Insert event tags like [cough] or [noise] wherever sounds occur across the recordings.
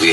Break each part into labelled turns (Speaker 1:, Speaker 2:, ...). Speaker 1: We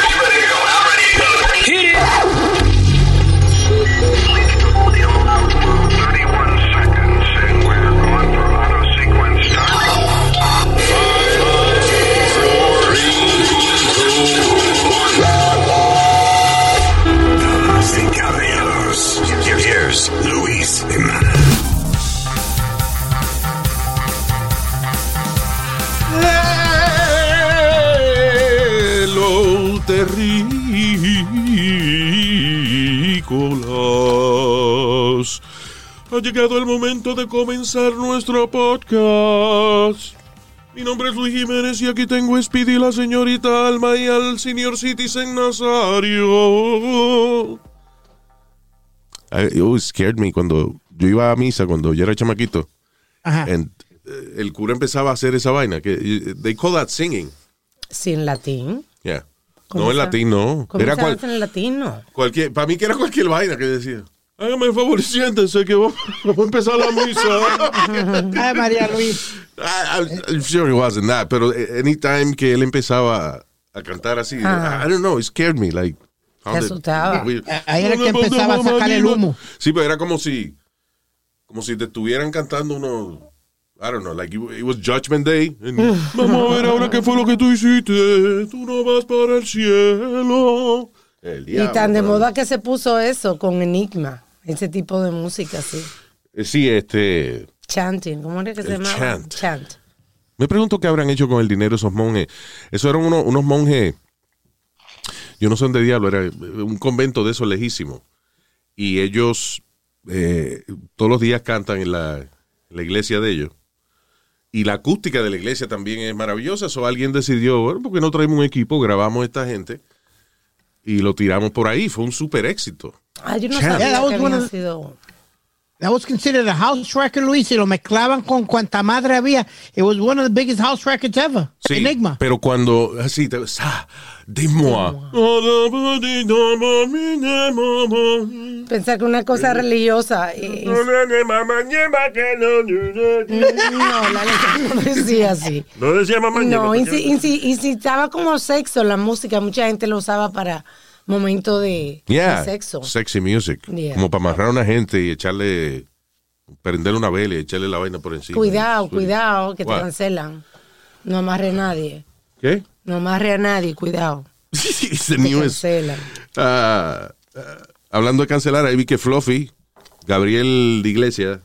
Speaker 2: Hit it!
Speaker 3: and caballeros, here's Luis Jimenez.
Speaker 4: Hello, terrícolas. Ha llegado el momento de comenzar nuestro podcast. Mi nombre es Luis Jiménez y aquí tengo a Speedy, la señorita Alma y al señor Citizen Nazario. I- it always oh, scared me cuando yo iba a misa cuando yo era chamaquito.
Speaker 5: Ajá.
Speaker 4: And, eh, el cura empezaba a hacer esa vaina que eh, they call that singing.
Speaker 6: Sí, en latín.
Speaker 4: Yeah.
Speaker 6: ¿Cómo
Speaker 4: No en
Speaker 6: se-
Speaker 4: latín, no.
Speaker 6: ¿Cómo
Speaker 4: Era
Speaker 6: se
Speaker 4: cual-
Speaker 6: hace en latín?
Speaker 4: cualquier para mí que era cualquier vaina que decía. Hágame el favor, siéntense que vamos [laughs] a empezar la misa.
Speaker 5: Ay, María Luis.
Speaker 4: I, Ah, I'm- I'm sure it wasn't that, pero eh, anytime que él empezaba a cantar así,
Speaker 6: Ah.
Speaker 4: I, I don't know, it scared me like how
Speaker 6: Te
Speaker 4: the-
Speaker 6: asustaba.
Speaker 4: we-
Speaker 5: Eh, ahí era que empezaba a sacar el humo.
Speaker 4: Sí, pero era como si como si te estuvieran cantando uno I don't know, like it, it was Judgment Day.
Speaker 5: [laughs]
Speaker 4: and- Vamos a ver ahora qué fue lo que tú hiciste. Tú no vas para el cielo. El
Speaker 6: Y tan de
Speaker 4: diablo.
Speaker 6: moda que se puso eso con Enigma, ese tipo de música, sí.
Speaker 4: Eh, Sí, este
Speaker 6: Chanting, ¿cómo era que se
Speaker 4: El
Speaker 6: llamaba?
Speaker 4: chant.
Speaker 6: Chant.
Speaker 4: Me pregunto qué habrán hecho con el dinero esos monjes. Esos eran unos, unos monjes, yo no sé dónde diablo, era un convento de esos lejísimos. Y ellos eh, todos los días cantan en la, en la iglesia de ellos. Y la acústica de la iglesia también es maravillosa. So alguien decidió, bueno, ¿por qué no traemos un equipo? Grabamos a esta gente y lo tiramos por ahí. Fue un super éxito.
Speaker 6: Ah, yo no
Speaker 4: Chant.
Speaker 6: sabía
Speaker 5: Yeah, that was
Speaker 6: que
Speaker 5: one
Speaker 6: había
Speaker 5: of-
Speaker 6: sido...
Speaker 5: That was considered a house record, Luis, y lo mezclaban con cuanta madre había. It was one of the biggest house records ever.
Speaker 4: Sí,
Speaker 5: Enigma.
Speaker 4: Pero cuando así te ah, dis-moi.
Speaker 6: Pensar que una
Speaker 4: Eh.
Speaker 6: cosa religiosa... y- y- no, la letra no decía así.
Speaker 4: No decía mamá
Speaker 6: No, inci- inci- incitaba como sexo la música. Mucha gente lo usaba para momentos de, de
Speaker 4: Yeah,
Speaker 6: sexo.
Speaker 4: Sexy music.
Speaker 6: Yeah.
Speaker 4: Como para amarrar a una gente y echarle, prender una vela y echarle la vaina por encima.
Speaker 6: Cuidado,
Speaker 4: Sí.
Speaker 6: cuidado, que te
Speaker 4: What?
Speaker 6: cancelan. No amarre a nadie.
Speaker 4: ¿Qué? [laughs]
Speaker 6: No amarre a nadie, cuidado.
Speaker 4: It's the
Speaker 6: Te
Speaker 4: newest.
Speaker 6: cancelan.
Speaker 4: Ah, ah, hablando de cancelar, ahí vi que Fluffy, Gabriel de Iglesia,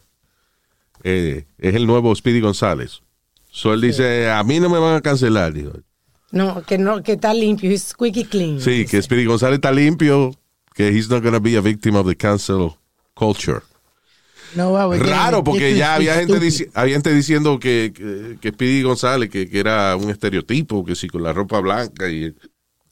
Speaker 4: eh, es el nuevo Speedy González. So él dice, a mí no me van a cancelar. Dijo.
Speaker 6: No, que no, que está limpio, es squeaky clean.
Speaker 4: Sí, que
Speaker 6: dice.
Speaker 4: Speedy González está limpio, que he's not gonna be a victim of the cancel culture.
Speaker 5: No, wow, we're getting
Speaker 4: Raro, porque ya había gente,
Speaker 5: ridiculously stupid.
Speaker 4: dici- había gente diciendo que, que, que Speedy González, que, que era un estereotipo, que sí, con la ropa blanca y...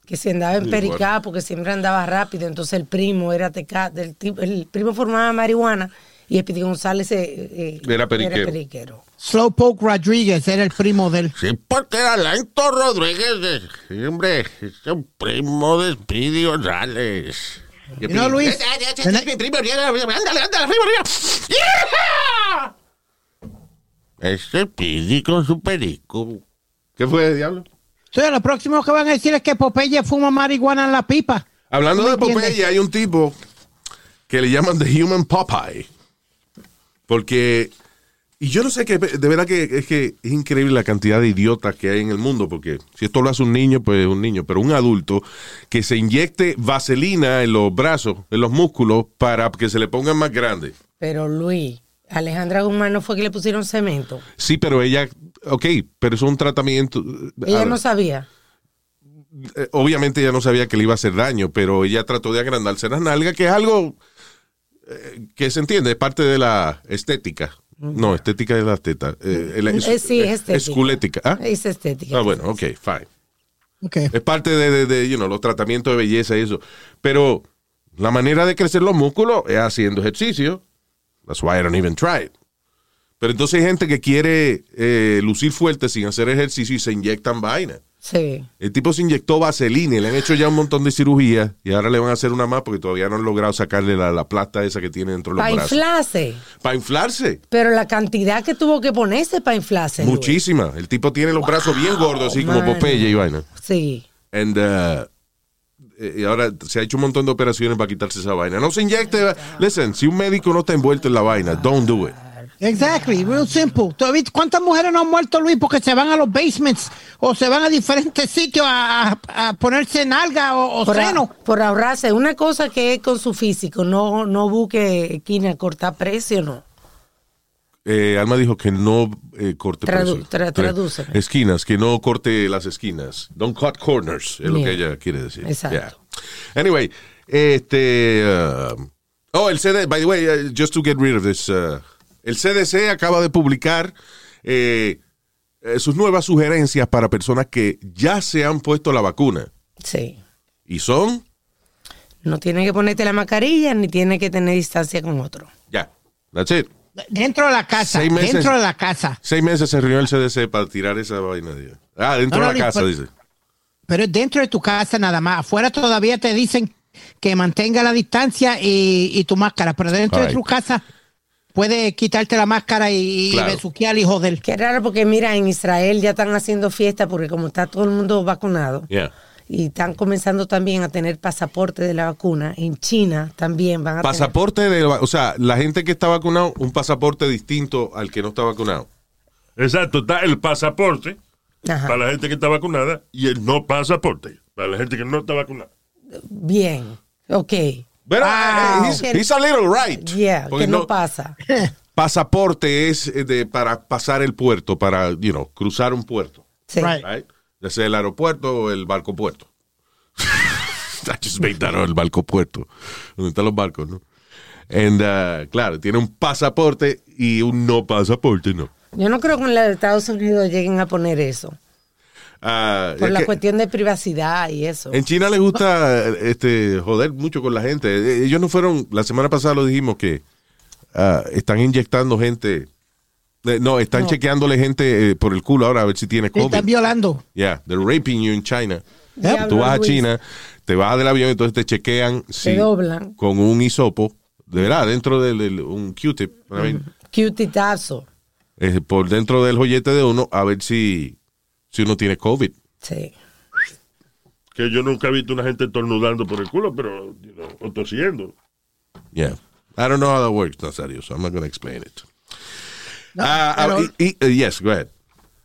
Speaker 6: Que se andaba en
Speaker 4: Igual.
Speaker 6: pericá porque siempre andaba rápido. Entonces el primo era teca, del tipo- el primo formaba marihuana y Espíritu González eh, eh,
Speaker 4: Era periquero.
Speaker 6: periquero.
Speaker 5: Slowpoke Rodriguez era el primo del.
Speaker 4: Sí, porque era Lento Rodríguez, hombre, es un primo de Speedy González.
Speaker 5: You know, Luis, the ne-
Speaker 4: Ese Speedy con su perico. ¿Qué fue, diablo?
Speaker 5: Entonces, lo próximo que van a decir es que Popeye fuma marihuana en la pipa.
Speaker 4: Hablando
Speaker 5: ¿Tú
Speaker 4: de
Speaker 5: me entiendes?
Speaker 4: Popeye, hay un tipo que le llaman The Human Popeye. Porque, y yo no sé qué, de verdad que es que es increíble la cantidad de idiotas que hay en el mundo, porque si esto lo hace un niño, pues es un niño, pero un adulto que se inyecte vaselina en los brazos, en los músculos, para que se le pongan más grandes.
Speaker 6: Pero Luis, Alejandra Guzmán no fue que le pusieron cemento.
Speaker 4: Sí, pero ella, ok, pero eso es un tratamiento.
Speaker 6: Ella
Speaker 4: Ahora,
Speaker 6: no sabía.
Speaker 4: eh, obviamente ella no sabía que le iba a hacer daño, pero ella trató de agrandarse las nalgas, que es algo eh, que se entiende, es parte de la estética. No, estética es la teta. eh, el- es,
Speaker 6: Mm. Eh, sí, es estética.
Speaker 4: esculética. ¿ah?
Speaker 6: Es estética.
Speaker 4: Ah, bueno, ok, fine.
Speaker 5: Okay.
Speaker 4: Es parte de, de- de, you know, los tratamientos de belleza y eso. Pero la manera de crecer los músculos es haciendo ejercicio. That's why I don't even try it. Pero entonces hay gente que quiere eh, lucir fuerte sin hacer ejercicio y se inyectan vainas.
Speaker 6: Sí.
Speaker 4: El tipo se inyectó vaselina y le han hecho ya un montón de cirugías y ahora le van a hacer una más porque todavía no han logrado sacarle la, la plata esa que tiene dentro de los
Speaker 6: Para
Speaker 4: brazos.
Speaker 6: inflarse.
Speaker 4: Para inflarse.
Speaker 6: Pero la cantidad que tuvo que ponerse para inflarse. Luis.
Speaker 4: Muchísima. El tipo tiene los brazos bien gordos, así como
Speaker 6: mano.
Speaker 4: Popeye y vaina.
Speaker 6: Sí.
Speaker 4: And, uh, eh, y ahora se ha hecho un montón de operaciones para quitarse esa vaina. No se inyecte. Listen, si un médico no está envuelto en la vaina, don't do it.
Speaker 5: Exactly, real simple. ¿Tú has visto ¿Cuántas mujeres no han muerto, Luis, porque se van a los basements o se van a diferentes sitios a, a- a ponerse nalga o, o
Speaker 6: Por, a-
Speaker 5: seno?
Speaker 6: por ahorrarse. Una cosa que es con su físico. No, no busque esquina, cortar precio, no.
Speaker 4: Eh, Alma dijo que no eh, corte
Speaker 6: Tradu-
Speaker 4: preso.
Speaker 6: tra- tradúceme.
Speaker 4: Esquinas, que no corte las esquinas. Don't cut corners, es lo
Speaker 6: Bien.
Speaker 4: que ella quiere decir.
Speaker 6: Exacto.
Speaker 4: Yeah. Anyway, este. um, oh, el CD, by the way, uh, just to get rid of this. uh, el CDC acaba de publicar eh, eh, sus nuevas sugerencias para personas que ya se han puesto la vacuna.
Speaker 6: Sí.
Speaker 4: Y son.
Speaker 6: No tiene que ponerte la mascarilla ni tiene que tener distancia con otro.
Speaker 4: Ya. That's it.
Speaker 5: Dentro de la casa,
Speaker 4: Seis meses.
Speaker 5: dentro de la casa.
Speaker 4: Seis meses se reunió el CDC para tirar esa vaina. de- Ah, dentro
Speaker 5: No,
Speaker 4: de
Speaker 5: no,
Speaker 4: la casa,
Speaker 5: pero-
Speaker 4: dice.
Speaker 5: Pero es dentro de tu casa nada más. Afuera todavía te dicen que mantenga la distancia y, y tu máscara, pero dentro de
Speaker 4: Right.
Speaker 5: tu casa puedes quitarte la máscara y, y
Speaker 4: Claro.
Speaker 5: besuquear y joder.
Speaker 6: Qué raro porque mira, en Israel ya están haciendo fiesta porque como está todo el mundo vacunado
Speaker 4: Yeah.
Speaker 6: y están comenzando también a tener pasaporte de la vacuna, en China también van a tener
Speaker 4: Pasaporte de, va- o sea, la gente que está vacunado, un pasaporte distinto al que no está vacunado.
Speaker 2: Exacto, está el pasaporte
Speaker 4: Ah.
Speaker 6: Ajá.
Speaker 2: para la gente que está vacunada y el no pasaporte para la gente que no está vacunada.
Speaker 6: bien. Ok.
Speaker 4: Bueno,
Speaker 6: Wow.
Speaker 4: eh, he's, he's a little right.
Speaker 6: Ah, Yeah,
Speaker 4: Porque
Speaker 6: que
Speaker 4: [laughs]
Speaker 6: no, pasa.
Speaker 4: Pasaporte es eh, de, para pasar el puerto, para, you know, cruzar un puerto.
Speaker 6: Sí.
Speaker 5: Right.
Speaker 4: Right? Ya sea el aeropuerto o el barco puerto. [laughs] I just made that up, el barco puerto. Donde están los barcos, ¿no? And, uh, claro, tiene un pasaporte y un no pasaporte, no.
Speaker 6: Yo no creo que en la de Estados Unidos lleguen a poner eso.
Speaker 4: Ah,
Speaker 6: Por
Speaker 4: es
Speaker 6: la
Speaker 4: que-
Speaker 6: cuestión de privacidad y eso.
Speaker 4: En China les gusta este, joder mucho con la gente. Eh, Ellos no fueron, la semana pasada lo dijimos que ah, están inyectando gente. eh, no, están chequeándole gente eh, por el culo ahora a ver si tiene
Speaker 5: Te
Speaker 4: COVID.
Speaker 5: están violando.
Speaker 4: Yeah, they're raping you in China.
Speaker 6: Diablo,
Speaker 4: Tú vas a
Speaker 6: Luis.
Speaker 4: China, te bajas del avión, entonces te chequean si-
Speaker 6: doblan.
Speaker 4: con un hisopo, de verdad, dentro de un Q-tip, I mean,
Speaker 6: Cutitazo.
Speaker 4: eh, por dentro del joyete de uno, a ver si, si uno tiene COVID.
Speaker 6: Sí.
Speaker 2: Que yo nunca he visto una gente tornudando por el culo, pero you know, o tosiendo.
Speaker 4: Yeah. I don't know how that works, Nazario, so I'm not going to explain it. Ah, ah,
Speaker 5: pero-
Speaker 4: y- y- eh, yes, go ahead.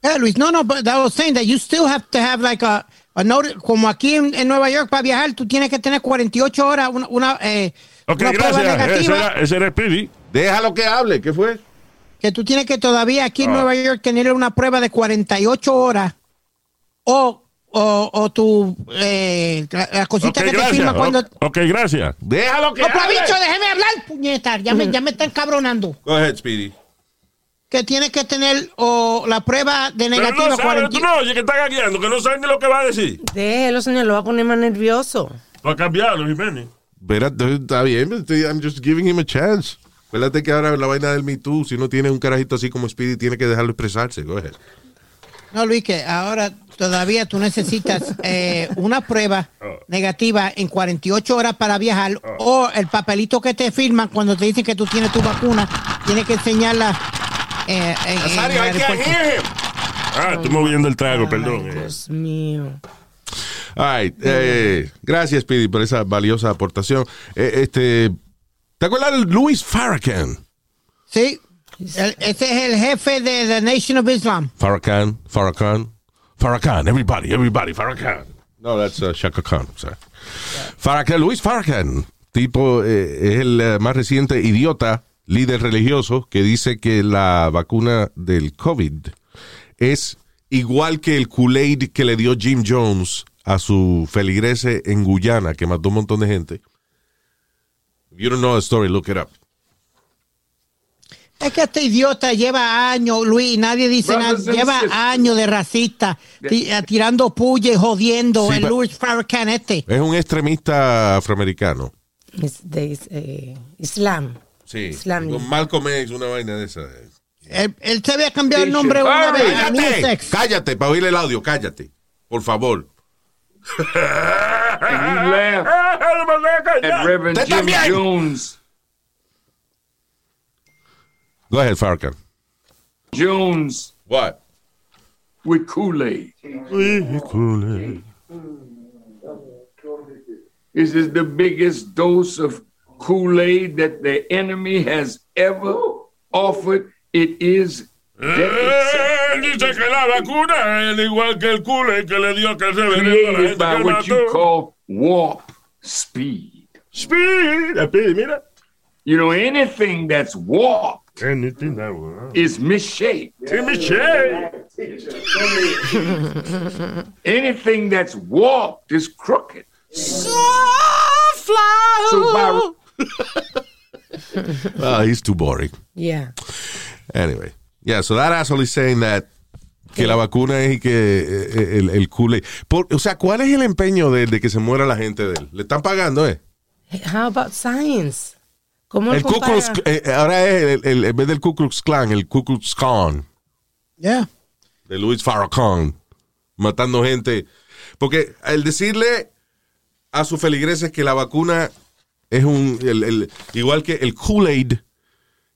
Speaker 5: Yeah, Luis, no, no, but I was saying that you still have to have like a, a notice, como aquí en, en Nueva York para viajar, tú tienes que tener 48 horas una, una, eh,
Speaker 2: Ok,
Speaker 5: una prueba
Speaker 2: gracias. Ese
Speaker 5: negativa,
Speaker 2: era, ese era Speedy.
Speaker 4: Déjalo que hable, ¿qué fue?
Speaker 5: que tú tienes que todavía aquí en
Speaker 2: Ah.
Speaker 5: Nueva York tener una prueba de 48 horas o, o, o tu, eh, la, la
Speaker 2: Ok,
Speaker 5: cosita que te
Speaker 2: gracias.
Speaker 5: firma cuando...
Speaker 2: O- Ok, gracias.
Speaker 4: Déjalo que
Speaker 5: ¡No, pues,
Speaker 4: hable.
Speaker 5: bicho, déjeme hablar, puñeta, ya me, ya me están cabronando.
Speaker 4: Go ahead, Speedy.
Speaker 5: Que tienes que tener o la prueba de
Speaker 2: Pero
Speaker 5: negativa
Speaker 2: no sabe, tú
Speaker 5: 48
Speaker 2: no oye que está gagueando, que no sabe ni lo que va a decir.
Speaker 6: Déjelo, señor, lo va a poner más nervioso.
Speaker 2: Va a cambiarlo, Jiménez.
Speaker 4: Verá, t- está bien, estoy- I'm just giving him a chance. Acuérdate que ahora la vaina del Me Too, si no tiene un carajito así como Speedy, tiene que dejarlo expresarse. Go ahead.
Speaker 5: No, Luis, que ahora todavía
Speaker 4: [laughs]
Speaker 5: tú necesitas eh, una prueba
Speaker 4: Oh.
Speaker 5: negativa en 48 horas para viajar o el papelito que te firman cuando te dicen que tú tienes tu vacuna, tienes que enseñarla. eh, en- en el aeropuerto.
Speaker 2: Ah, estoy moviendo el trago, perdón. eh.
Speaker 6: Dios mío.
Speaker 4: All right, eh, gracias, Speedy, por esa valiosa aportación. Eh, este, ¿Te acuerdas de Luis Farrakhan?
Speaker 5: Sí, el- ese es el jefe de la Nation of Islam.
Speaker 4: Farrakhan, Farrakhan, Farrakhan, everybody, everybody, Farrakhan. No, that's uh, Shaka Khan, sorry. Farrakhan, Luis Farrakhan, tipo, eh, es el eh, más reciente idiota líder religioso que dice que la vacuna del COVID es igual que el Kool-Aid que le dio Jim Jones a su feligrese en Guyana, que mató un montón de gente. If you don't know the story, look it up.
Speaker 5: Es que este idiota lleva años, Luis, y nadie dice nada. Lleva años de racista, ti- eh, tirando puya y jodiendo
Speaker 4: Sí,
Speaker 5: el
Speaker 4: pero-
Speaker 5: Luis Farrakhan este.
Speaker 4: Es un extremista afroamericano.
Speaker 6: Es de is- eh, Islam. Islam.
Speaker 4: Con Malcolm X, una vaina de esa. eh.
Speaker 5: Él, él se había cambiado el nombre una vez. a
Speaker 4: Cállate,
Speaker 5: Lusex.
Speaker 4: cállate, para oír el audio, cállate. Por favor.
Speaker 7: And you laugh
Speaker 2: Ah,
Speaker 7: at Reverend
Speaker 4: Usted
Speaker 7: Jim
Speaker 4: también.
Speaker 7: Jones.
Speaker 4: Go ahead, Farkan.
Speaker 7: Jones
Speaker 4: What?
Speaker 7: with Kool-Aid.
Speaker 2: Eh,
Speaker 7: This is the biggest dose of Kool-Aid that the enemy has ever offered. It is death
Speaker 2: Él eh, dice que la vacuna es igual que el culo que le dio que se venía
Speaker 7: created by what you call warp speed.
Speaker 2: Speed, speed, mira.
Speaker 7: You know, anything that's warped
Speaker 2: Anything that will.
Speaker 7: is misshaped.
Speaker 2: Timmy Che.
Speaker 7: [laughs] Anything that's warped is crooked. So by
Speaker 4: Ah, he's too boring.
Speaker 6: Yeah.
Speaker 4: Anyway. Yeah, so that asshole is saying that que la vacuna es y que eh, el, el Kool-Aid. Por- O sea, ¿cuál es el empeño de, él de que se muera la gente de él? ¿Le están pagando, eh?
Speaker 6: How about science? ¿Cómo
Speaker 4: El Ku
Speaker 6: compara?
Speaker 4: Klux, eh, ahora es, el, el- en vez del Ku Klux Klan, el Ku Klux Khan,
Speaker 5: Yeah.
Speaker 4: de Louis Farrakhan, matando gente. Porque el decirle a sus feligreses que la vacuna es un, el- el- igual que el Kool-Aid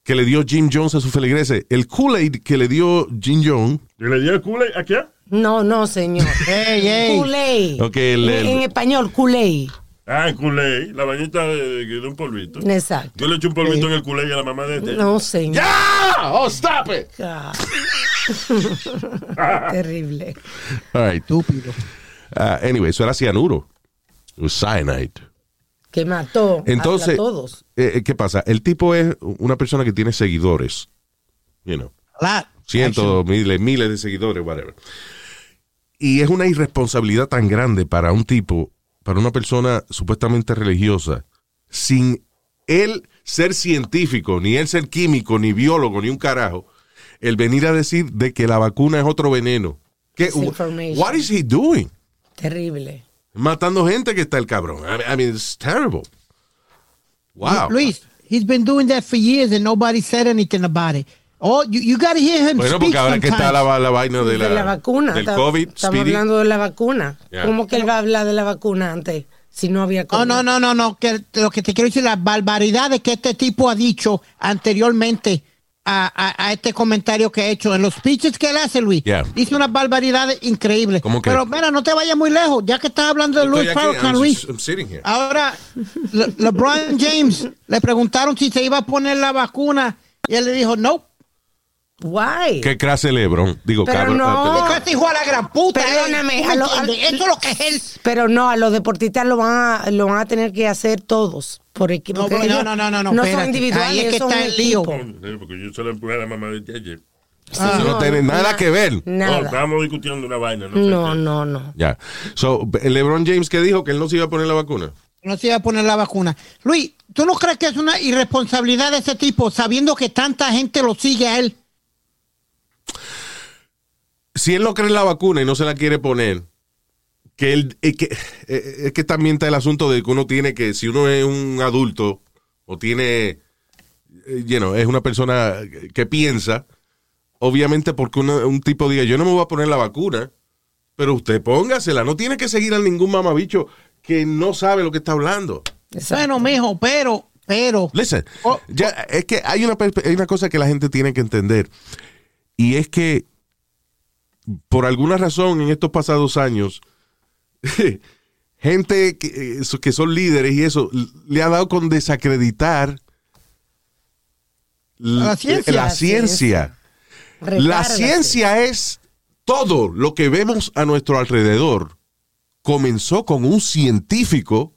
Speaker 4: que le dio Jim Jones a sus feligreses, el Kool-Aid que le dio Jim Jones,
Speaker 2: ¿Y ah. le dio el culo a quién?
Speaker 6: No,
Speaker 4: [laughs]
Speaker 6: no, señor.
Speaker 5: Hey, hey.
Speaker 6: Kool-Aid.
Speaker 4: Ok, el-
Speaker 6: en,
Speaker 4: el-
Speaker 6: en español, Kool-Aid.
Speaker 2: Ah, el culé, la bañita de, de- de un polvito.
Speaker 6: Exacto.
Speaker 2: Yo le eché un polvito en el culé a la mamá de este.
Speaker 6: No, señor.
Speaker 4: ¡Ah! ¡Oh, stop it!
Speaker 6: [laughs] Terrible.
Speaker 4: All right.
Speaker 5: Estúpido.
Speaker 4: Ah, anyway, eso era cianuro. It was cyanide.
Speaker 6: Que mató
Speaker 4: Entonces,
Speaker 6: a todos.
Speaker 4: eh, eh, ¿qué pasa? El tipo es una persona que tiene seguidores. You know.
Speaker 5: A lot.
Speaker 4: cientos, miles, miles de seguidores, whatever. Y es una irresponsabilidad tan grande para un tipo, para una persona supuestamente religiosa, sin él ser científico, ni él ser químico, ni biólogo, ni un carajo, el venir a decir de que la vacuna es otro veneno. ¿Qué,
Speaker 6: Misinformation.
Speaker 4: what is he doing?
Speaker 6: Terrible.
Speaker 4: Matando gente que está el cabrón. I mean, I mean, it's terrible. Wow.
Speaker 5: Luis, he's been doing that for years and nobody said anything about it. Oh, you, you got to hear him
Speaker 4: Bueno,
Speaker 5: speak
Speaker 4: porque ahora que está
Speaker 5: sometimes.
Speaker 4: la, la vaina de la,
Speaker 6: vacuna.
Speaker 4: del
Speaker 6: Está-
Speaker 4: COVID,
Speaker 6: Estamos
Speaker 4: Speedy.
Speaker 6: hablando de la vacuna.
Speaker 4: Ya.
Speaker 6: ¿Cómo que él va a hablar de la vacuna antes si no había
Speaker 5: No,
Speaker 6: COVID?
Speaker 5: no, no, no, no. Que lo que te quiero decir, las barbaridades que este tipo ha dicho anteriormente a, a- a este comentario que he hecho en los speeches que él hace, Luis.
Speaker 4: Yeah.
Speaker 5: Dice unas barbaridades increíbles.
Speaker 4: ¿Cómo que?
Speaker 5: Pero mira, no te vayas muy lejos, ya que estás hablando de Luis
Speaker 4: Estoy aquí,
Speaker 5: Farrakhan,
Speaker 4: I'm-
Speaker 5: Luis.
Speaker 4: I'm sitting here.
Speaker 5: Ahora, Le- LeBron James le preguntaron si se iba a poner la vacuna y él le dijo, no.
Speaker 6: Why?
Speaker 4: Qué clase Lebron. Digo,
Speaker 6: Pero
Speaker 4: cabrón.
Speaker 6: no.
Speaker 4: espérate.
Speaker 5: Este hijo a la gran puta. eh.
Speaker 6: Perdóname,
Speaker 5: ¿Tú me
Speaker 6: a lo-
Speaker 5: entiendes?
Speaker 6: a-
Speaker 5: Esto es lo que es él.
Speaker 6: Pero no, a los deportistas lo van a, lo van a tener que hacer todos. Por equipo.
Speaker 5: No,
Speaker 6: porque
Speaker 5: no,
Speaker 6: ellos
Speaker 5: no, no, no, no,
Speaker 6: son
Speaker 5: espérate.
Speaker 6: individuales.
Speaker 5: Ahí es que
Speaker 6: son
Speaker 5: está
Speaker 6: un
Speaker 5: el lío. Ah.
Speaker 6: equipo.
Speaker 2: Sí, Porque yo se la empujé a la mamá de este ayer.
Speaker 4: Eso
Speaker 6: Ah.
Speaker 4: no, tiene nada
Speaker 6: na-
Speaker 4: que ver.
Speaker 2: No,
Speaker 6: Nada.
Speaker 2: estábamos Oh, discutiendo una vaina. No, sé
Speaker 6: No,
Speaker 2: qué.
Speaker 6: no, no.
Speaker 4: Ya. So, LeBron James que dijo que él no se iba a poner la vacuna.
Speaker 5: no se iba a poner la vacuna. Luis, ¿tú no crees que es una irresponsabilidad de ese tipo, sabiendo que tanta gente lo sigue a él?
Speaker 4: Si él no cree en la vacuna y no se la quiere poner, que él. Es que, eh, es que también está el asunto de que uno tiene que. Si uno es un adulto o tiene. eh, You know, es una persona que piensa. Obviamente, porque uno- un tipo diga, yo no me voy a poner la vacuna, pero usted póngasela. No tiene que seguir a ningún mamabicho que no sabe lo que está hablando.
Speaker 6: Exacto.
Speaker 5: Bueno, mijo, pero, pero.
Speaker 4: Listen,
Speaker 5: Oh,
Speaker 4: ya, es que hay una, perspe- hay una cosa que la gente tiene que entender. Y es que, por alguna razón, en estos pasados años, [laughs] gente que, eh, so- que son líderes y eso, l- le ha dado con desacreditar l-
Speaker 5: la ciencia.
Speaker 4: La ciencia. La
Speaker 6: Recárgate.
Speaker 4: ciencia es todo lo que vemos a nuestro alrededor. Comenzó con un científico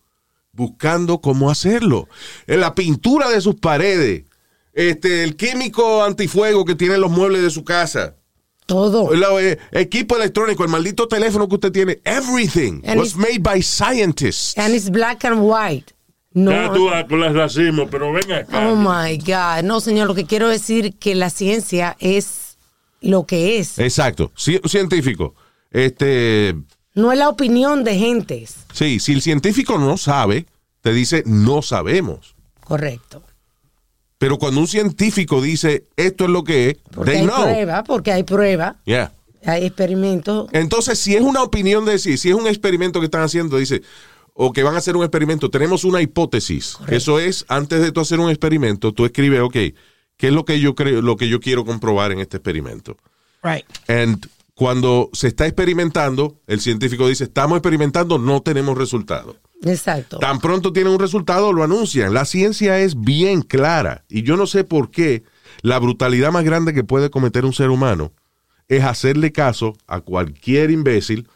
Speaker 4: buscando cómo hacerlo. En la pintura de sus paredes, este, el químico antifuego que tiene en los muebles de su casa,
Speaker 6: Todo.
Speaker 4: el eh, equipo electrónico, el maldito teléfono que usted tiene, everything
Speaker 6: And
Speaker 4: was
Speaker 6: it's-
Speaker 4: made by scientists.
Speaker 6: And it's black and white. No. eh.
Speaker 2: Ya tú vas con las racismo, pero ven acá.
Speaker 6: Oh my God. No, señor, lo que quiero decir que la ciencia es lo que
Speaker 4: Eh.
Speaker 6: es.
Speaker 4: Exacto, ci- científico. Este,
Speaker 6: No es la opinión de gentes.
Speaker 4: sí, si el científico no sabe, te dice no sabemos.
Speaker 6: Correcto.
Speaker 4: Pero cuando un científico dice esto es lo que es,
Speaker 6: Porque
Speaker 4: they
Speaker 6: hay
Speaker 4: know.
Speaker 6: prueba, porque hay prueba.
Speaker 4: Yeah.
Speaker 6: Hay experimentos.
Speaker 4: Entonces, si es una opinión de sí, si es un experimento que están haciendo, dice, o que van a hacer un experimento, tenemos una hipótesis. Eso es, antes de tú hacer un experimento, tú escribes, ok, ¿qué es lo que yo creo, lo que yo quiero comprobar en este experimento?
Speaker 5: Right.
Speaker 4: And cuando se está experimentando, el científico dice, estamos experimentando, no tenemos resultado.
Speaker 6: Exacto.
Speaker 4: Tan pronto tienen un resultado, lo anuncian. La ciencia es bien clara. Y yo no sé por qué la brutalidad más grande que puede cometer un ser humano es hacerle caso a cualquier imbécil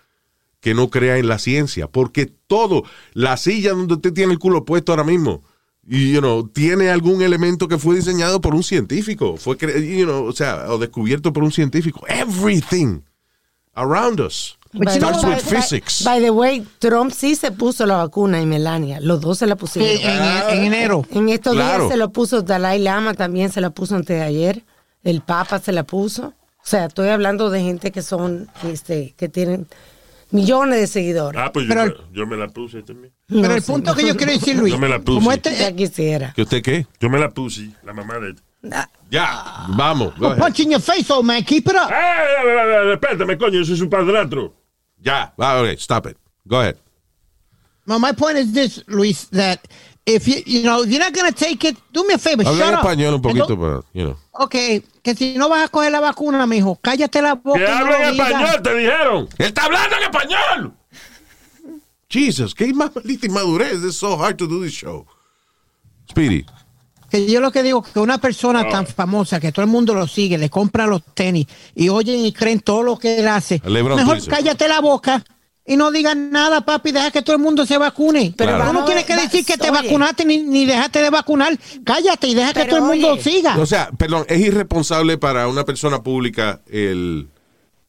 Speaker 4: que no crea en la ciencia. Porque todo, la silla donde usted tiene el culo puesto ahora mismo, y, you know, tiene algún elemento que fue diseñado por un científico, fue cre- you know, o sea, o descubierto por un científico. Everything around us
Speaker 6: By the
Speaker 4: starts
Speaker 6: way-
Speaker 4: with
Speaker 6: by-
Speaker 4: physics.
Speaker 6: By, the way, Trump sí se puso la vacuna y Melania. Los dos se la pusieron.
Speaker 5: Sí, eh, en, en enero.
Speaker 6: En estos
Speaker 4: Claro.
Speaker 6: días se lo puso Dalai Lama, también se la puso antes de ayer. El Papa se la puso. O sea, estoy hablando de gente que son, este, que tienen millones de seguidores.
Speaker 2: Ah, pues yo,
Speaker 5: Pero
Speaker 2: me- yo me la puse también.
Speaker 6: No
Speaker 5: Pero el
Speaker 6: sé,
Speaker 5: punto que yo quiero decir, Luis,
Speaker 2: No me la puse.
Speaker 5: como este,
Speaker 6: Ya quisiera.
Speaker 4: ¿Que usted qué?
Speaker 2: Yo me la puse, la mamá de...
Speaker 6: Ah,
Speaker 4: Ya, vamos. go
Speaker 5: Well,
Speaker 4: ahead.
Speaker 5: punch in your face, old man. Keep it up.
Speaker 2: ¡Ah, ah, ah, ah, espérame, coño! Eso es un padrastro.
Speaker 4: Ya, va, ok, stop it. Go ahead.
Speaker 5: Well, my point is this, Luis, that if you you know if you're not gonna take it, do me a favor.
Speaker 4: Habla
Speaker 5: shut
Speaker 4: en
Speaker 5: up.
Speaker 4: español un
Speaker 5: And
Speaker 4: poquito,
Speaker 5: don't-
Speaker 4: pero, you know.
Speaker 5: Okay, que si no vas a coger la vacuna, mijo, cállate la boca.
Speaker 2: ¡Que
Speaker 5: y no
Speaker 2: hablen
Speaker 5: lo digas.
Speaker 2: español, te dijeron!
Speaker 4: ¡Él está hablando en español! Jesus, qué [laughs] más maldita inmadurez. It's so hard to do this show. Speedy.
Speaker 5: Que yo lo que digo que una persona tan famosa que todo el mundo lo sigue, le compra los tenis y oyen y creen todo lo que él hace.
Speaker 4: Lebron, tú
Speaker 5: mejor
Speaker 4: dices.
Speaker 5: cállate la boca. Y no digan nada, papi, deja que todo el mundo se vacune.
Speaker 6: Pero
Speaker 5: Pero
Speaker 4: Claro.
Speaker 5: tú no
Speaker 6: vamos a
Speaker 5: tienes
Speaker 6: ver,
Speaker 5: que
Speaker 6: va-
Speaker 5: decir que te
Speaker 6: oye.
Speaker 5: vacunaste ni, ni dejaste de vacunar. Cállate y deja que
Speaker 6: Pero
Speaker 5: todo el mundo
Speaker 6: oye.
Speaker 5: siga.
Speaker 4: O sea, perdón, es irresponsable para una persona pública el,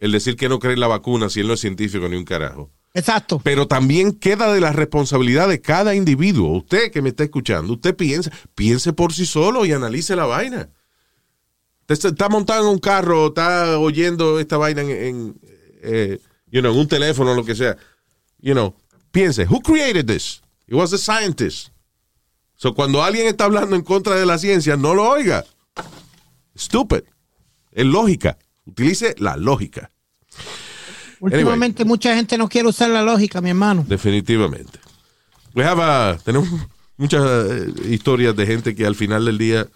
Speaker 4: el decir que no cree en la vacuna si él no es científico ni un carajo.
Speaker 5: Exacto.
Speaker 4: Pero también queda de la responsabilidad de cada individuo. Usted que me está escuchando, usted piensa, piense por sí solo y analice la vaina. Usted se- está montado en un carro, está oyendo esta vaina en, en, eh, you know, en un teléfono, lo que sea. You know, piense, who created this? It was a scientist. So cuando alguien está hablando en contra de la ciencia, no lo oiga. Stupid. Es lógica. Utilice la lógica.
Speaker 5: Últimamente mucha gente no quiere usar la lógica, mi hermano.
Speaker 4: Definitivamente. We have a- tenemos muchas eh, historias de gente que al final del día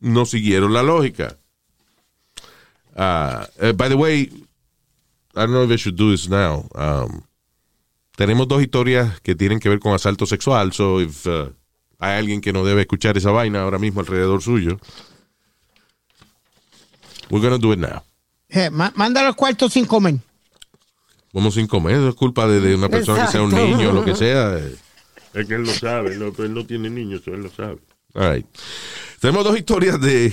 Speaker 4: no siguieron la lógica. Ah, eh, by the way, I don't know if I should do this now. Um, tenemos dos historias que tienen que ver con asalto sexual. So if uh, hay alguien que no debe escuchar esa vaina ahora mismo alrededor suyo, we're gonna do it now.
Speaker 5: Eh, ma- manda los cuartos sin comer.
Speaker 4: Vamos sin comer, eso es culpa de, de una persona que sea
Speaker 6: Exacto.
Speaker 4: un niño o lo que sea. eh.
Speaker 2: Es que él lo sabe, no, pero él no tiene niños, él lo sabe.
Speaker 4: All right. Tenemos dos historias de.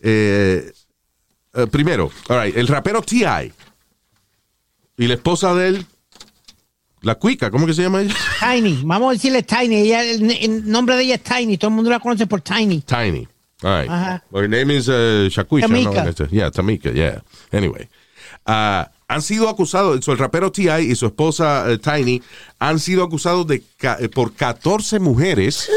Speaker 4: Eh, eh, primero, all right, el rapero T.I. y la esposa de él, la Cuica, ¿cómo que se llama ella?
Speaker 5: Tiny, vamos a decirle Tiny. Ella, el, el nombre de ella es Tiny. Todo el mundo la conoce por Tiny.
Speaker 4: Tiny. All right.
Speaker 5: Ajá.
Speaker 4: Her name is uh, Shakuisha,
Speaker 5: Tamika.
Speaker 4: ¿no? Yeah, Tamika, yeah. Anyway. Ah, han sido acusados, so, el rapero T.I. y su esposa eh, Tiny han sido acusados de ca- eh, por 14 mujeres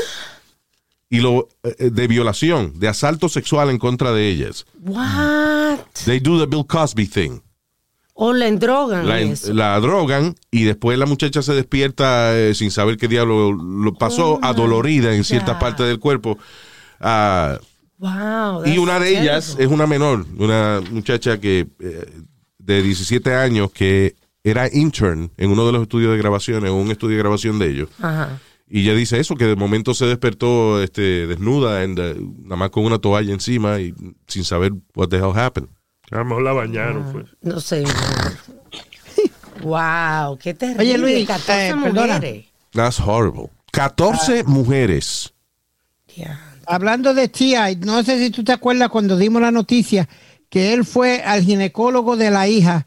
Speaker 4: y lo, eh, eh, de violación, de asalto sexual en contra de ellas.
Speaker 6: What?
Speaker 4: They do the Bill Cosby thing.
Speaker 6: O la
Speaker 5: Ah,
Speaker 6: endrogan.
Speaker 4: La, en-
Speaker 6: eso.
Speaker 4: la drogan y después la muchacha se despierta eh, sin saber qué diablo lo pasó,
Speaker 6: my
Speaker 5: Ah,
Speaker 4: adolorida en cierta
Speaker 6: God.
Speaker 4: parte del cuerpo. Ah, y
Speaker 6: wow. that's
Speaker 4: una de ellas
Speaker 6: terrible.
Speaker 4: es una menor, una muchacha que eh, de 17 años que era intern en uno de los estudios de grabación, en un estudio de grabación de ellos.
Speaker 6: Ajá.
Speaker 4: Y ella dice eso, que de momento se despertó este, desnuda, and, eh, nada más con una toalla encima y sin saber what the hell happened.
Speaker 2: A lo mejor la bañaron, pues.
Speaker 6: No sé. wow, qué terrible.
Speaker 5: Oye, Luis,
Speaker 6: 14
Speaker 5: eh, perdona.
Speaker 6: mujeres.
Speaker 4: That's horrible. 14 mujeres.
Speaker 6: Ya.
Speaker 5: Hablando de T.I., no sé si tú te acuerdas cuando dimos la noticia que él fue al ginecólogo de la hija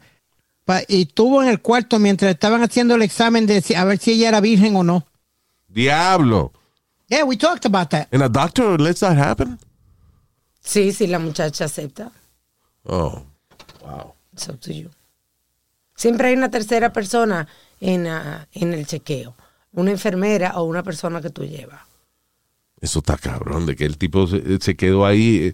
Speaker 5: pa- y estuvo en el cuarto mientras estaban haciendo el examen de si- a ver si ella era virgen o no.
Speaker 4: Diablo.
Speaker 5: Yeah, we talked about that.
Speaker 4: And a doctor lets that happen?
Speaker 6: Sí, sí, la muchacha acepta.
Speaker 4: Oh.
Speaker 6: It's up to you. Siempre hay una tercera persona en, ah, en el chequeo. Una enfermera o una persona que tú llevas.
Speaker 4: Eso está cabrón, de que el tipo se, se quedó ahí. eh,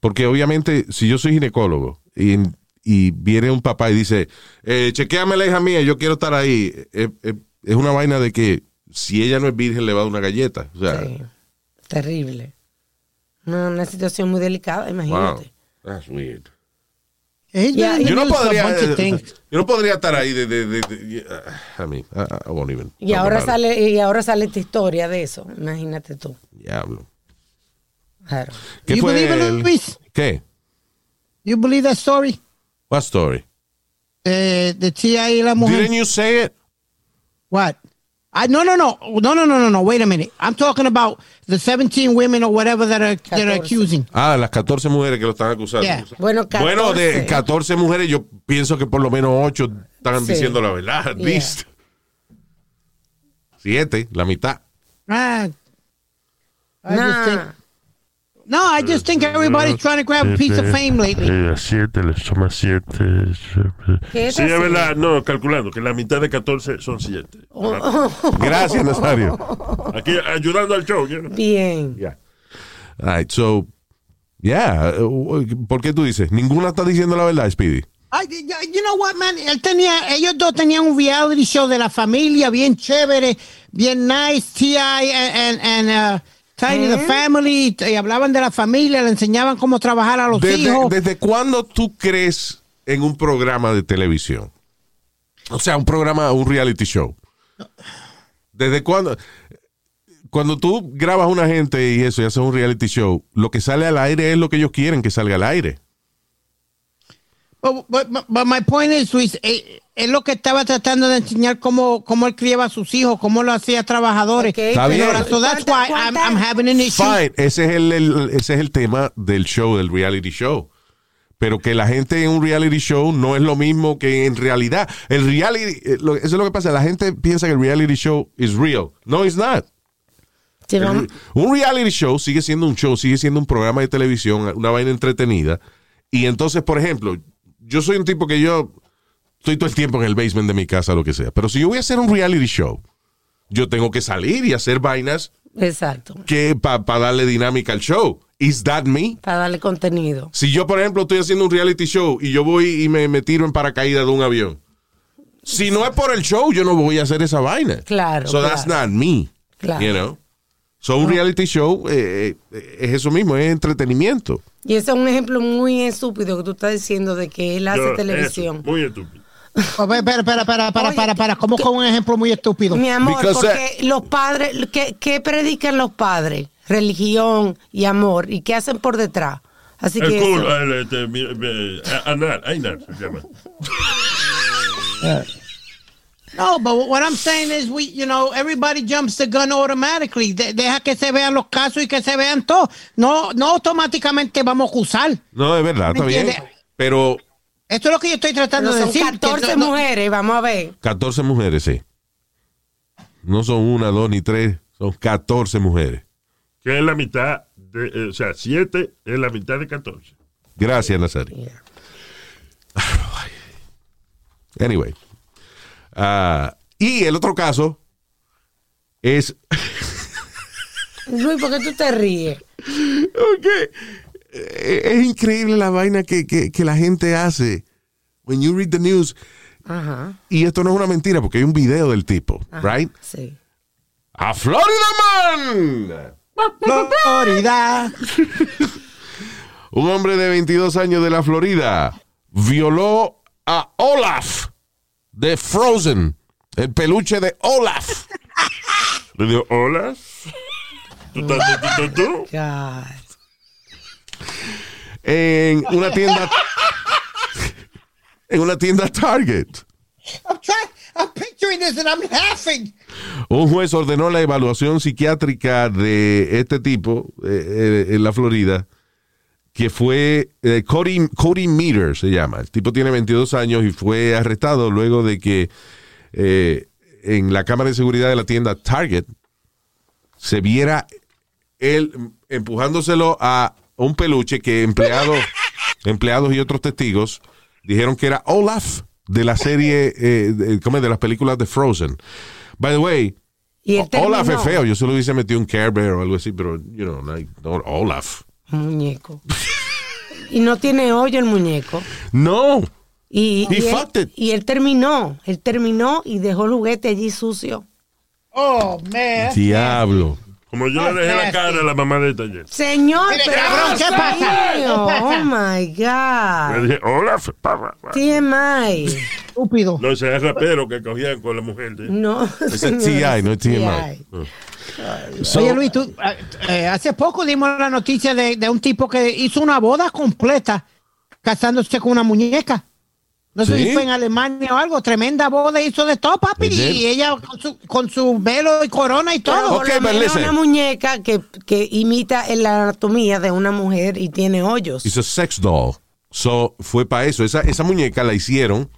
Speaker 4: Porque obviamente, si yo soy ginecólogo, eh, y, y viene un papá y dice, eh, chequeame la hija mía, yo quiero estar ahí. Es, es- es una vaina de que si ella no es virgen le va a dar una galleta. O sea,
Speaker 6: Sí. Terrible. Una, una situación muy delicada,
Speaker 4: wow.
Speaker 6: imagínate.
Speaker 4: That's weird.
Speaker 5: He's
Speaker 6: Yeah,
Speaker 5: been in
Speaker 4: Yo
Speaker 5: the
Speaker 4: no
Speaker 5: middle of a
Speaker 4: podría, eh,
Speaker 5: bunch of things.
Speaker 4: yo no podría estar ahí de, de, de- de- ah, I mean, I, I won't even.
Speaker 6: Y ahora
Speaker 4: talk about it.
Speaker 6: sale, y ahora sale esta historia de eso. Imagínate tú.
Speaker 4: Diablo.
Speaker 6: Claro.
Speaker 4: ¿Qué
Speaker 5: You
Speaker 4: fue?
Speaker 5: believe in
Speaker 4: el-
Speaker 5: Luis?
Speaker 4: ¿Qué?
Speaker 5: You believe that story?
Speaker 4: What story?
Speaker 5: Eh, de CIA y la mujer.
Speaker 4: Didn't you say it?
Speaker 5: What? I no no no no no no no no. Wait a minute. I'm talking about the 17 women or whatever that are that are
Speaker 6: 14.
Speaker 5: accusing.
Speaker 4: Ah, las 14 mujeres que lo están acusando.
Speaker 5: Yeah.
Speaker 6: Bueno, 14.
Speaker 4: Bueno, de 14 mujeres, yo pienso que por lo menos 8 están
Speaker 6: Sí.
Speaker 4: diciendo la verdad. At
Speaker 6: Yeah.
Speaker 4: least. 7, la mitad.
Speaker 5: Ah, I just think,
Speaker 6: Nah.
Speaker 5: no, I just think everybody's trying to grab a Ah. piece of fame lately.
Speaker 8: Eh, a siete, le suma siete.
Speaker 6: ¿Qué es
Speaker 2: Sí, es
Speaker 6: así?
Speaker 2: verdad. No, calculando que la mitad de 14 son 7.
Speaker 6: Oh.
Speaker 4: Gracias, Nazario.
Speaker 2: Aquí ayudando al show. you know.
Speaker 6: Bien.
Speaker 4: Yeah. All right, so, yeah. uh, ¿Por qué tú dices? Ninguna está diciendo la verdad, Speedy.
Speaker 5: I, you know what, man? Él tenía, ellos dos tenían un reality show de la familia bien chévere, bien nice, T.I. and, and, and, uh, Tiny
Speaker 6: ¿Eh?
Speaker 5: the Family. Y hablaban de la familia, le enseñaban cómo trabajar a los
Speaker 4: ¿Desde,
Speaker 5: hijos.
Speaker 4: ¿Desde cuándo tú crees en un programa de televisión? O sea, un programa, un reality show. ¿Desde cuándo? Cuando tú grabas a una gente y eso y haces un reality show, lo que sale al aire es lo que ellos quieren que salga al aire.
Speaker 5: But, but- but my point is, Luis, eh, es lo que estaba tratando de enseñar cómo, cómo él criaba a sus hijos, cómo lo hacía trabajadores.
Speaker 6: Ok, pero-
Speaker 4: bien.
Speaker 5: Ahora, So
Speaker 6: ¿Cuántas-
Speaker 5: that's why I'm,
Speaker 6: cuántas-
Speaker 5: I'm having an issue.
Speaker 4: Fine, ese es el, el- ese es el tema del show, del reality show. Pero que la gente en un reality show no es lo mismo que en realidad. El reality, eh, lo- eso es lo que pasa. La gente piensa que el reality show is real. No, it's not.
Speaker 6: Sí, vamos.
Speaker 4: Un reality show sigue siendo un show, sigue siendo un programa de televisión, una vaina entretenida. Y entonces, por ejemplo, yo soy un tipo que yo estoy todo el tiempo en el basement de mi casa, lo que sea. Pero si yo voy a hacer un reality show, yo tengo que salir y hacer vainas
Speaker 6: Exacto.
Speaker 4: que para darle dinámica al show. Is that me?
Speaker 6: Para darle contenido.
Speaker 4: Si yo, por ejemplo, estoy haciendo un reality show y yo voy y me, me tiro en paracaídas de un avión. Si no es por el show, yo no voy a hacer esa vaina.
Speaker 6: Claro,
Speaker 4: So that's
Speaker 6: claro.
Speaker 4: not me.
Speaker 6: Claro.
Speaker 4: You know? So un reality show eh, eh, es eso mismo, es entretenimiento.
Speaker 6: Y ese es un ejemplo muy estúpido que tú estás diciendo de que él hace
Speaker 2: Yo,
Speaker 6: televisión.
Speaker 2: eso, muy estúpido.
Speaker 5: Oh, Espera, espera, espera, espera, espera,
Speaker 6: Oye,
Speaker 5: espera, espera. ¿Cómo con un ejemplo muy estúpido?
Speaker 6: Mi amor,
Speaker 4: Because,
Speaker 2: eh,
Speaker 6: porque los padres, ¿qué, qué predican los padres? Religión y amor. ¿Y qué hacen por detrás? Así que
Speaker 2: El
Speaker 6: eso-
Speaker 2: culo, el, este, mi- eh, anal, anal se llama.
Speaker 5: No, but what I'm saying is, we, you know, everybody jumps the gun automatically. De- deja que se vean los casos y que se vean todos. No, no automáticamente vamos a acusar.
Speaker 4: No, es verdad, está bien.
Speaker 5: entiendes?
Speaker 4: Pero
Speaker 5: Esto es lo que yo estoy tratando
Speaker 6: pero
Speaker 5: de
Speaker 6: son
Speaker 5: decir. que
Speaker 6: 14
Speaker 5: no- no-
Speaker 6: mujeres, vamos a ver.
Speaker 4: 14 mujeres, sí. No son una, dos ni tres, son 14 mujeres.
Speaker 2: Que es la mitad, de, eh, o sea, 7 es la mitad de 14.
Speaker 4: Gracias, Nazari.
Speaker 6: Yeah.
Speaker 4: Anyway. Ah, y el otro caso es [laughs]
Speaker 6: Luis, ¿por qué tú te ríes?
Speaker 4: Ok. Eh, Es increíble la vaina que, que- que la gente hace. When you read the news.
Speaker 6: Ajá,
Speaker 4: Y esto no es una mentira porque hay un video del tipo, right?
Speaker 6: sí.
Speaker 4: A Florida Man.
Speaker 5: Florida.
Speaker 4: Un hombre de 22 años de la Florida violó a Olaf de Frozen, el peluche de Olaf.
Speaker 2: Le digo, hola. ¿Tú estás tú, tú, tú?
Speaker 6: God.
Speaker 4: en una tienda en una tienda Target.
Speaker 5: I'm trying, I'm picturing this and I'm laughing.
Speaker 4: Un juez ordenó la evaluación psiquiátrica de este tipo eh, eh, en la Florida, que fue eh, Cody, Cody Meter, se llama. El tipo tiene 22 años y fue arrestado luego de que eh, en la cámara de seguridad de la tienda Target se viera él empujándoselo a un peluche que empleado, empleados y otros testigos dijeron que era Olaf de la serie, eh, de, ¿cómo es? de las películas de Frozen. By the way,
Speaker 6: Y él
Speaker 4: Olaf
Speaker 6: terminó.
Speaker 4: es feo. Yo solo hubiese metido un Care Bear o algo así, pero, you know, like, no, Olaf.
Speaker 6: Muñeco. y no tiene hoyo el muñeco.
Speaker 4: No.
Speaker 6: Y,
Speaker 4: He
Speaker 6: y él,
Speaker 4: fucked it.
Speaker 6: y él terminó, él terminó y dejó el juguete allí sucio.
Speaker 5: Oh, man.
Speaker 4: Diablo.
Speaker 2: Como yo le dejé la cara a la mamá del taller.
Speaker 6: Señor,
Speaker 5: Mire,
Speaker 6: pero-
Speaker 5: cabrón, ¿qué
Speaker 6: Dios
Speaker 5: pasa?
Speaker 6: mío, Oh my
Speaker 2: Le
Speaker 6: God.
Speaker 2: dije, hola, fe- pa, pa, pa".
Speaker 6: TMI.
Speaker 5: Estúpido.
Speaker 2: No, ese es rapero que cogían con la mujer. ¿sí?
Speaker 6: [laughs] No.
Speaker 4: Es
Speaker 6: señor,
Speaker 4: TI, no es
Speaker 6: TMI.
Speaker 4: Ah. So-
Speaker 5: Oye, Luis, tú, eh, eh, hace poco dimos la noticia de, de un tipo que hizo una boda completa casándose con una muñeca. No sé
Speaker 4: ¿Sí?
Speaker 5: si fue en Alemania o algo. Tremenda boda hizo de todo, papi.
Speaker 4: They did.
Speaker 5: Y ella con su, con su velo y corona y
Speaker 6: Pero
Speaker 5: todo.
Speaker 6: por
Speaker 4: Ok,
Speaker 6: lo
Speaker 4: but
Speaker 6: menos
Speaker 4: listen.
Speaker 6: una muñeca que, que imita la anatomía de una mujer y tiene hoyos.
Speaker 4: It's a sex doll. So, fue para eso. Esa, esa muñeca la hicieron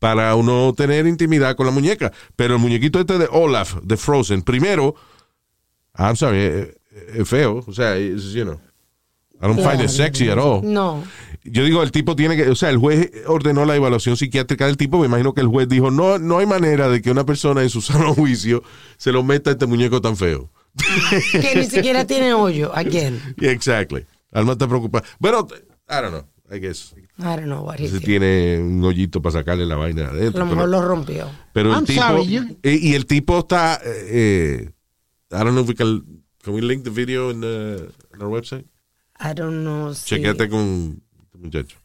Speaker 4: para uno tener intimidad con la muñeca. Pero el muñequito este de Olaf, de Frozen, primero, I'm sorry, eh, eh, es feo. O sea, it's, you know, I don't find it sexy at all.
Speaker 6: No.
Speaker 4: Yo digo, el tipo tiene que, o sea, el juez ordenó la evaluación psiquiátrica del tipo. Me imagino que el juez dijo, no, no hay manera de que una persona en su [laughs] sano juicio se lo meta a este muñeco tan feo.
Speaker 6: Que ni siquiera tiene hoyo. Again.
Speaker 4: Yeah, exactly. Alma está preocupada. Bueno, I don't know, I guess.
Speaker 6: I don't know what he
Speaker 4: Se
Speaker 6: did.
Speaker 4: tiene un hoyito para sacarle la vaina de
Speaker 6: A
Speaker 4: adentro.
Speaker 6: lo mejor
Speaker 4: pero-
Speaker 6: lo rompió.
Speaker 4: Pero el
Speaker 5: I'm
Speaker 4: tipo.
Speaker 5: sorry, you-
Speaker 4: eh, Y el tipo está. eh, eh, I don't know if we can. Can we link the video in, the, in our website?
Speaker 6: I don't know. si-
Speaker 4: Chequeate con este muchacho.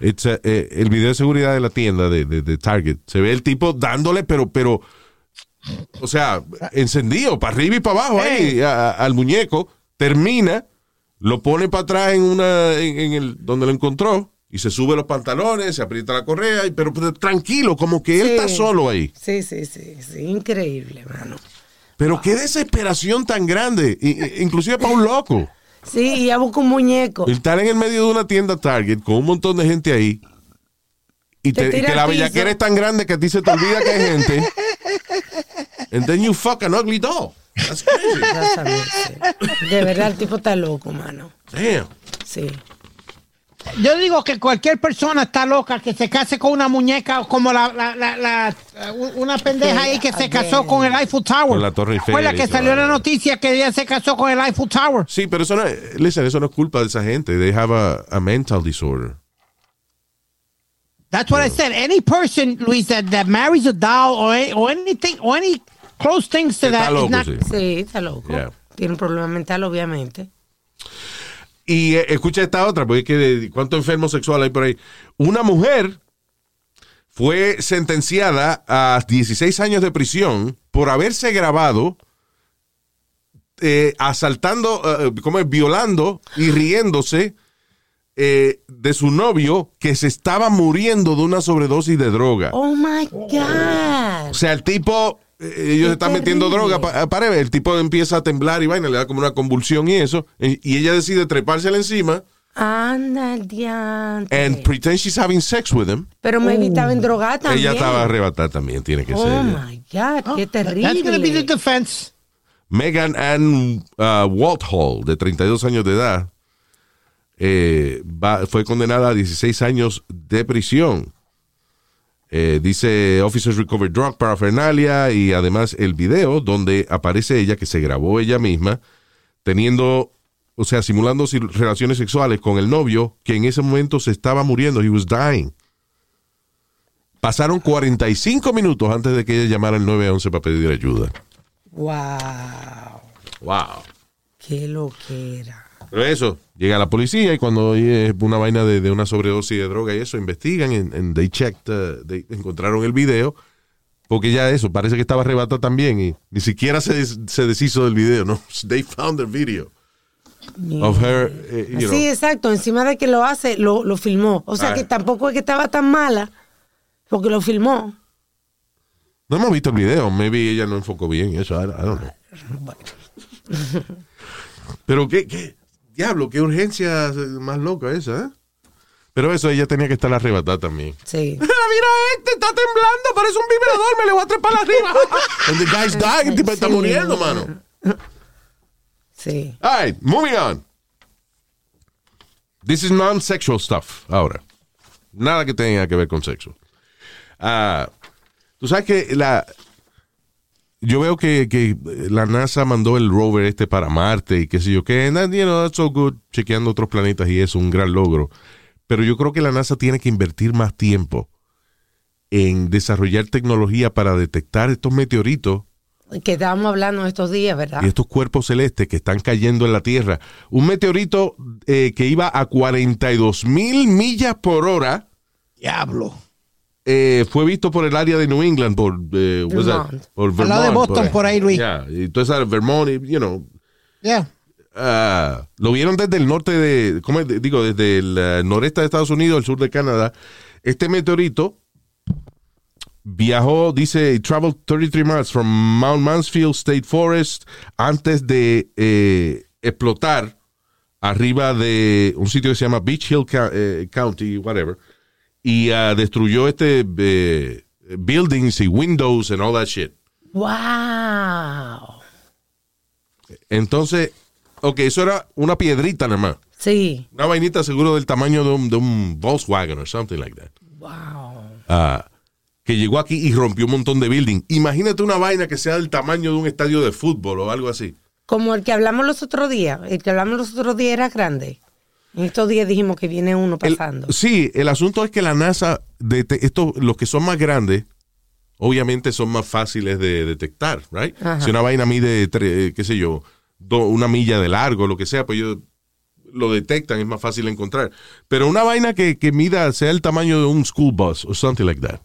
Speaker 4: It's a- eh, el video de seguridad de la tienda de, de- de Target. Se ve el tipo dándole, pero. pero o sea, encendido, para arriba y para abajo, ahí, a- a- al muñeco. Termina, lo pone para atrás en una en, en el donde lo encontró. Y se sube los pantalones, se aprieta la correa, y- pero, pero tranquilo, como que él
Speaker 6: Sí.
Speaker 4: está solo ahí.
Speaker 6: Sí, sí, sí, sí. Increíble, mano.
Speaker 4: Pero qué desesperación tan grande, i- i- inclusive para un loco.
Speaker 6: Sí, y ya busco un muñeco.
Speaker 4: El Estar en el medio de una tienda Target con un montón de gente ahí y, te-
Speaker 6: Te
Speaker 4: y
Speaker 6: tira
Speaker 4: que
Speaker 6: al
Speaker 4: la
Speaker 6: piso.
Speaker 4: bellaquera es tan grande que a ti se te olvida que hay gente. And then you fuck an ugly doll. That's crazy.
Speaker 6: Exactamente. De verdad, el tipo está loco, mano.
Speaker 4: Damn.
Speaker 6: Sí.
Speaker 5: Yo digo que cualquier persona está loca que se case con una muñeca o como la, la, la, la- una pendeja ahí que se casó con el Eiffel Tower.
Speaker 4: Con la Torre Eiffel,
Speaker 5: Recuerda que
Speaker 4: eso,
Speaker 5: salió la
Speaker 4: vale.
Speaker 5: noticia que ella se casó con el Eiffel Tower.
Speaker 4: Sí, pero eso no, listen, eso no es culpa de esa gente. They have a, a mental disorder.
Speaker 5: That's what I said. Any person, Luis, that, that marries a doll or, a- or anything, or any close things to
Speaker 4: Está
Speaker 5: that, is
Speaker 4: loco,
Speaker 5: not-
Speaker 4: sí.
Speaker 6: Sí, está loco.
Speaker 4: Yeah.
Speaker 6: Tiene un problema mental, obviamente.
Speaker 4: Y eh, escucha esta otra, porque es que de- cuánto enfermo sexual hay por ahí. Una mujer fue sentenciada a 16 años de prisión por haberse grabado eh, asaltando, eh, ¿cómo es? violando y riéndose eh, de su novio que se estaba muriendo de una sobredosis de droga.
Speaker 6: Oh my God.
Speaker 4: O sea, el tipo, eh, ellos
Speaker 6: Qué
Speaker 4: están metiendo
Speaker 6: terrible.
Speaker 4: droga, pa- para ver, el tipo empieza a temblar y vaina, le da como una convulsión y eso, y, y ella decide trepársela encima.
Speaker 6: Anda el diante.
Speaker 4: and pretend she's having sex with him.
Speaker 6: Pero me evitaba en droga también.
Speaker 4: Uh. Ella estaba arrebatada también, tiene que
Speaker 6: Oh
Speaker 4: ser.
Speaker 6: my God, qué
Speaker 5: That's going to be the
Speaker 6: terrible.
Speaker 5: defense.
Speaker 4: Megan Ann uh, Walthall, de 32 años de edad, eh, va- fue condenada a 16 años de prisión. Eh, dice Officers Recovered Drug Paraphernalia y además el video donde aparece ella, que se grabó ella misma, teniendo, o sea, simulando sil- relaciones sexuales con el novio que en ese momento se estaba muriendo. He was dying. Pasaron 45 minutos antes de que ella llamara al 911 para pedir ayuda.
Speaker 6: Wow.
Speaker 4: Wow.
Speaker 6: Qué loquera.
Speaker 4: Pero eso, llega la policía y cuando es una vaina de, de una sobredosis de droga y eso, investigan en they checked, uh, they encontraron el video, porque ya eso, parece que estaba arrebata también y ni siquiera se, des- se deshizo del video, ¿no? [laughs] They found the video of her, eh, you know.
Speaker 6: Sí, exacto. Encima de que lo hace, lo, lo filmó. O sea
Speaker 4: Ah.
Speaker 6: que tampoco es que estaba tan mala, porque lo filmó.
Speaker 4: No hemos visto el video, maybe ella no enfocó bien eso, I, I don't know. Pero qué, qué, diablo, qué urgencia eh, más loca esa, ¿eh? Pero eso, ella tenía que estar arrebatada también.
Speaker 6: Sí.
Speaker 4: Mira este, está temblando, parece un vibrador, me le voy a trepar arriba. And the guy's dying, [laughs] el tipo está
Speaker 6: Sí.
Speaker 4: muriendo, mano.
Speaker 6: Sí.
Speaker 4: All right, moving on. This is non-sexual stuff ahora. Nada que tenga que ver con sexo. Ah, Tú sabes que la, yo veo que, que la NASA mandó el rover este para Marte y qué sé yo qué. And that, you know, that's so good, chequeando otros planetas y es un gran logro. Pero yo creo que la NASA tiene que invertir más tiempo en desarrollar tecnología para detectar estos meteoritos
Speaker 6: Que estábamos hablando estos días, ¿verdad?
Speaker 4: y estos cuerpos celestes que están cayendo en la Tierra. Un meteorito eh, que iba a 42 mil millas por hora
Speaker 5: Diablo.
Speaker 4: eh, fue visto por el área de New England, por, eh, what's that?
Speaker 6: Vermont.
Speaker 4: por
Speaker 5: Al lado de Boston, por ahí, Luis.
Speaker 4: Yeah, y toda esa Vermont, y, you know,
Speaker 5: Yeah.
Speaker 4: ah, lo vieron desde el norte de, ¿cómo es? digo, desde el eh, noreste de Estados Unidos, el sur de Canadá. Este meteorito viajó, dice, traveled 33 miles from Mount Mansfield State Forest antes de eh, explotar arriba de un sitio que se llama Beach Hill Ca- eh, County, whatever, y ah, destruyó este eh, buildings y windows and all that shit.
Speaker 6: ¡Wow!
Speaker 4: Entonces, ok, eso era una piedrita nada más.
Speaker 6: Sí.
Speaker 4: Una vainita seguro del tamaño de un, de un Volkswagen o something like that.
Speaker 6: ¡Wow!
Speaker 4: Ah, que llegó aquí y rompió un montón de building. Imagínate una vaina que sea del tamaño de un estadio de fútbol o algo así.
Speaker 6: Como el que hablamos los otros días. El que hablamos los otros días era grande. En estos días dijimos que viene uno
Speaker 4: El-
Speaker 6: pasando.
Speaker 4: sí, el asunto es que la NASA, dete- estos, los que son más grandes, obviamente son más fáciles de detectar, right?
Speaker 6: Ajá.
Speaker 4: Si una vaina mide, tre- eh, qué sé yo, do- una milla de largo, lo que sea, pues yo lo detectan, es más fácil encontrar. Pero una vaina que, que mida, sea el tamaño de un school bus o something like that,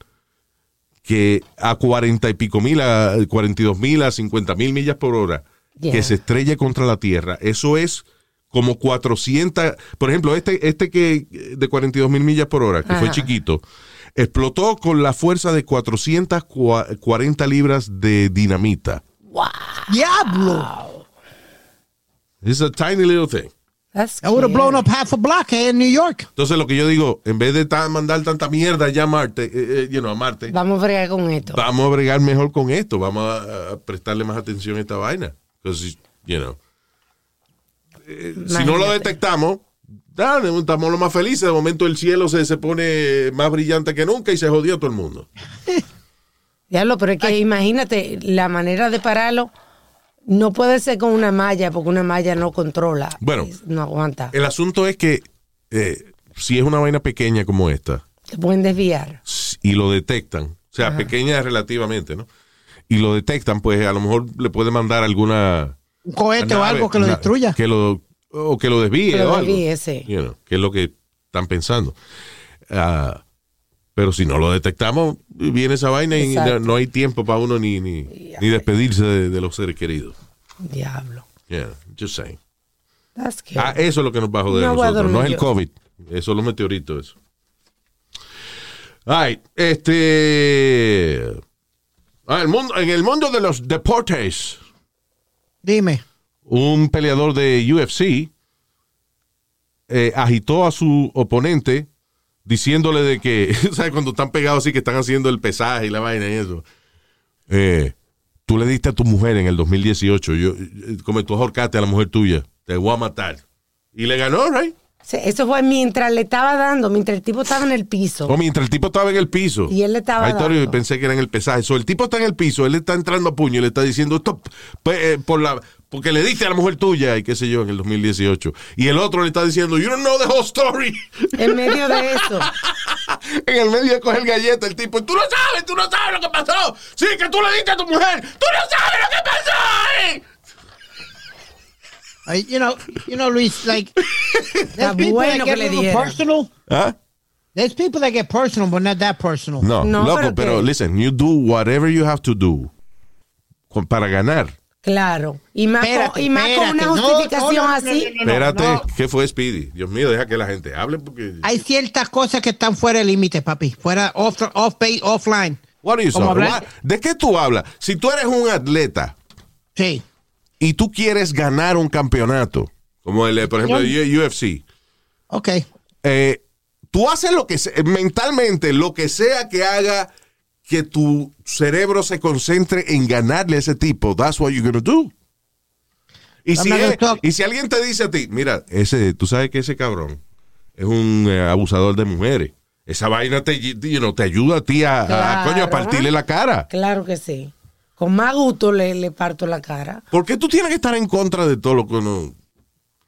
Speaker 4: que a cuarenta y pico mil, a cuarenta y dos mil, a cincuenta mil millas por hora,
Speaker 6: Yeah.
Speaker 4: que se estrella contra la Tierra, eso es como 400, por ejemplo, este, este que de 42 mil millas por hora, que fue
Speaker 6: Ajá.
Speaker 4: chiquito, explotó con la fuerza de 440 libras de dinamita.
Speaker 6: Ah,
Speaker 5: Diablo.
Speaker 4: It's a tiny little thing.
Speaker 6: That's
Speaker 5: I would have
Speaker 6: scary.
Speaker 5: blown up half a block eh, in New York.
Speaker 4: Entonces lo que yo digo, en vez de ta- mandar tanta mierda allá a Marte, eh, eh, you know, a Marte,
Speaker 6: Vamos a bregar con esto.
Speaker 4: vamos a bregar mejor con esto, vamos a, a prestarle más atención a esta vaina. 'Cause, you know, eh, si no lo
Speaker 6: Imagínate.
Speaker 4: detectamos, ah, estamos los más felices. De momento el cielo se, se pone más brillante que nunca y se jodió todo el mundo.
Speaker 6: Diablo, pero es que imagínate, la manera de pararlo no puede ser con una malla, porque una malla no controla.
Speaker 4: Bueno.
Speaker 6: es- No aguanta.
Speaker 4: El asunto es que eh, si es una vaina pequeña como esta
Speaker 6: Te pueden desviar.
Speaker 4: s- y lo detectan, o sea, pequeña relativamente, ¿no? Y lo detectan, pues a lo mejor le puede mandar alguna
Speaker 5: Un cohete o
Speaker 4: nave,
Speaker 5: algo que lo
Speaker 4: na-
Speaker 5: destruya.
Speaker 4: Que lo, o que lo desvíe.
Speaker 6: Que lo
Speaker 4: o algo.
Speaker 6: desvíe, sí.
Speaker 4: You know, que es lo que están pensando. Ah, pero si no lo detectamos, viene esa vaina y no,
Speaker 6: Exacto.
Speaker 4: no hay tiempo para uno ni, ni, ni despedirse de, de los seres queridos.
Speaker 6: Diablo.
Speaker 4: Yeah, just saying.
Speaker 6: That's scary.
Speaker 2: eh.
Speaker 4: Ah, eso es lo que nos va a joder
Speaker 6: No voy a
Speaker 4: nosotros,
Speaker 6: dormir
Speaker 4: no es el
Speaker 6: yo.
Speaker 4: COVID. Eso es los meteoritos, eso. Ay, este. ah, el mundo, en el mundo de los deportes.
Speaker 5: Dime.
Speaker 4: un peleador de UFC eh, agitó a su oponente diciéndole de que, [laughs] ¿sabes? Cuando están pegados así que están haciendo el pesaje y la vaina y eso. Eh, tú le diste a tu mujer en el 2018, yo, eh, como tú ahorcaste a la mujer tuya, te voy a matar. Y le ganó, right?
Speaker 6: Sí, Eso fue mientras le estaba dando, mientras el tipo estaba en el piso.
Speaker 4: O mientras el tipo estaba en el piso.
Speaker 6: Y él le estaba
Speaker 4: Ahí está, yo
Speaker 6: dando.
Speaker 4: pensé que era en el pesaje. So, el tipo está en el piso, él le está entrando a puño y le está diciendo esto pe- eh, por la porque le diste a la mujer tuya y qué sé yo en el 2018. Y el otro le está diciendo, you don't know the whole story. [laughs]
Speaker 6: En medio de
Speaker 2: [laughs]
Speaker 6: eso.
Speaker 4: en el medio de coger galleta el tipo, tú no sabes, tú no sabes lo que pasó. Sí, que tú le diste a tu mujer. Tú no sabes lo que pasó. eh".
Speaker 5: I- you know, you know,
Speaker 4: [laughs]
Speaker 5: Luis, like
Speaker 6: Está
Speaker 5: there's people that
Speaker 6: bueno que
Speaker 5: get
Speaker 6: le
Speaker 5: a little
Speaker 6: dieron.
Speaker 5: personal.
Speaker 4: ¿Ah?
Speaker 5: There's people that get personal, but not that personal.
Speaker 4: No,
Speaker 6: No,
Speaker 4: loco,
Speaker 6: pero
Speaker 4: pero,
Speaker 6: que-
Speaker 4: listen, you do whatever you have to do con- para ganar.
Speaker 6: Claro. Y más,
Speaker 5: Espérate,
Speaker 6: con, y más con
Speaker 5: espérate.
Speaker 6: una
Speaker 5: No,
Speaker 6: justificación
Speaker 5: no, no, no,
Speaker 6: así.
Speaker 5: no, no, no,
Speaker 4: Espérate,
Speaker 5: no.
Speaker 4: ¿qué fue Speedy? Dios mío, deja que la gente hable porque...
Speaker 5: Hay ciertas cosas que están fuera de límite, papi. Fuera off, off base, offline.
Speaker 4: What are you
Speaker 5: Como
Speaker 4: talking-
Speaker 5: hablar-
Speaker 4: what- ¿De qué tú hablas? Si tú eres un atleta
Speaker 5: Sí.
Speaker 4: y tú quieres ganar un campeonato, como el, eh, por ejemplo, el U- UFC,
Speaker 5: Ok.
Speaker 4: eh, tú haces lo que se- eh, mentalmente, lo que sea que haga que tu cerebro se concentre en ganarle a ese tipo, that's what you're gonna do. Y
Speaker 5: I'm
Speaker 4: si,
Speaker 5: not gonna
Speaker 4: es-
Speaker 5: talk.
Speaker 4: y si alguien te dice a ti, mira, ese, tú sabes que ese cabrón es un eh, abusador de mujeres. Esa vaina te, you know, te ayuda a ti a, a,
Speaker 6: Claro.
Speaker 4: coño, a partirle la cara.
Speaker 6: Claro que sí. con más gusto le, le parto la cara.
Speaker 4: ¿Por qué tú tienes que estar en contra de todo lo que uno...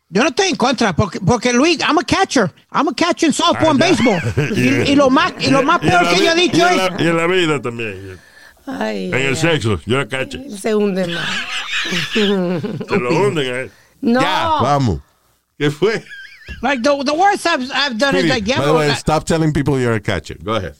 Speaker 5: Yo no estoy en contra, porque, porque Luis, I'm a catcher. I'm a catcher in softball and baseball.
Speaker 2: [laughs]
Speaker 5: Y, y lo más, y lo más
Speaker 2: Ah, Y en
Speaker 5: peor
Speaker 2: la
Speaker 5: que yo he
Speaker 2: vi-
Speaker 5: dicho
Speaker 2: y en
Speaker 5: es.
Speaker 2: la- Y en la vida también.
Speaker 6: Ay,
Speaker 2: En el
Speaker 6: ay,
Speaker 2: sexo, yo la cacho.
Speaker 6: ay, se hunde
Speaker 2: [laughs]
Speaker 6: más.
Speaker 2: Te lo hunden eh. a él.
Speaker 6: No,
Speaker 4: Ya, vamos. ¿Qué fue?
Speaker 5: Like the, the worst I've, I've done is
Speaker 4: Speedy, by the
Speaker 5: like, diablo.
Speaker 4: way,
Speaker 5: la-
Speaker 4: stop telling people you're a catcher. Go ahead.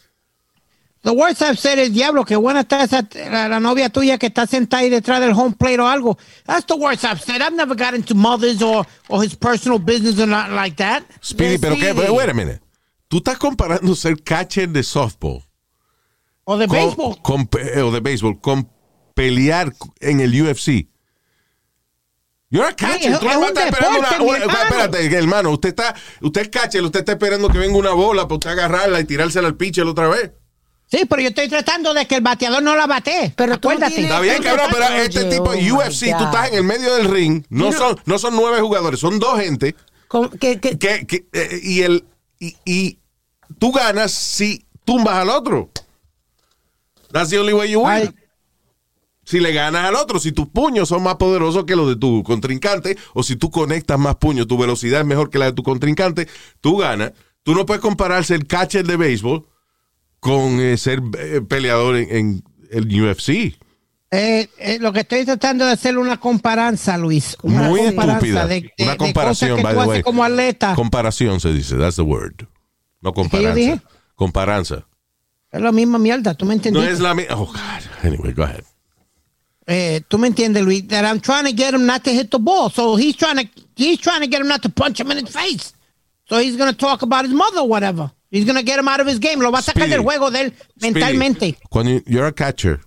Speaker 5: the worst I've said is, diablo, que buena está esa, la, la novia tuya que está sentada ahí detrás del home plate o algo. That's the worst I've said. I've never got into mothers or, or his personal business or not like that.
Speaker 4: Speedy, pero qué,
Speaker 6: Speedy.
Speaker 4: pero wait a minute. Tú estás comparando ser catcher de softball
Speaker 5: Or the
Speaker 4: con-
Speaker 5: baseball.
Speaker 4: con pe- eh, o de béisbol con pelear en el UFC. You're a catcher.
Speaker 5: es-
Speaker 4: Tú nada más
Speaker 5: es un
Speaker 4: estás esperando
Speaker 5: deporte,
Speaker 4: una-
Speaker 5: mi
Speaker 4: una-
Speaker 5: hermano.
Speaker 4: espérate, hermano, usted está, usted es catcher, usted está esperando que venga una bola para usted agarrarla y tirársela al pitcher otra vez.
Speaker 5: Sí, pero yo estoy tratando de que el bateador no la batee.
Speaker 6: Pero tú no
Speaker 5: acuérdate.
Speaker 6: tienes-
Speaker 4: Está bien, cabrón, pero este
Speaker 6: Oye,
Speaker 4: tipo de
Speaker 6: oh
Speaker 4: UFC,
Speaker 6: my
Speaker 4: tú
Speaker 6: God.
Speaker 4: estás en el medio del ring, no
Speaker 6: Mira.
Speaker 4: son, no son nueve jugadores, son dos gente.
Speaker 6: con- que- que-
Speaker 4: que, que- eh, y el y, y tú ganas si tumbas al otro. That's the only way you win.
Speaker 5: Ay.
Speaker 4: Si le ganas al otro, si tus puños son más poderosos que los de tu contrincante, o si tú conectas más puños, tu velocidad es mejor que la de tu contrincante, tú ganas. Tú no puedes compararse el catcher de béisbol con eh, ser eh, peleador en, en el UFC.
Speaker 5: Eh, eh, lo que estoy tratando de hacer una comparanza, Luis. Una
Speaker 4: Muy
Speaker 5: comparanza
Speaker 4: estúpida.
Speaker 5: de- de-
Speaker 4: Una
Speaker 5: de cosas
Speaker 4: comparación,
Speaker 5: que
Speaker 4: by
Speaker 5: tú
Speaker 4: the
Speaker 5: haces
Speaker 4: way.
Speaker 5: como atleta.
Speaker 4: Comparación se dice, that's the word. No
Speaker 5: que yo dije?
Speaker 4: comparanza. Comparanza.
Speaker 5: es la misma mierda, ¿tú me entendiste?
Speaker 4: No es la mi- Oh, God. Anyway, go ahead.
Speaker 5: Eh, tú me entiendes, Luis, that I'm trying to get him not to hit the ball. So he's trying to he's trying to get him not to punch him in his face. So he's going to talk about his mother or whatever. He's going to get him out of his game. Lo va a sacar
Speaker 4: Speedy.
Speaker 5: del juego de él mentalmente.
Speaker 4: Speedy, Cuando you- you're a catcher,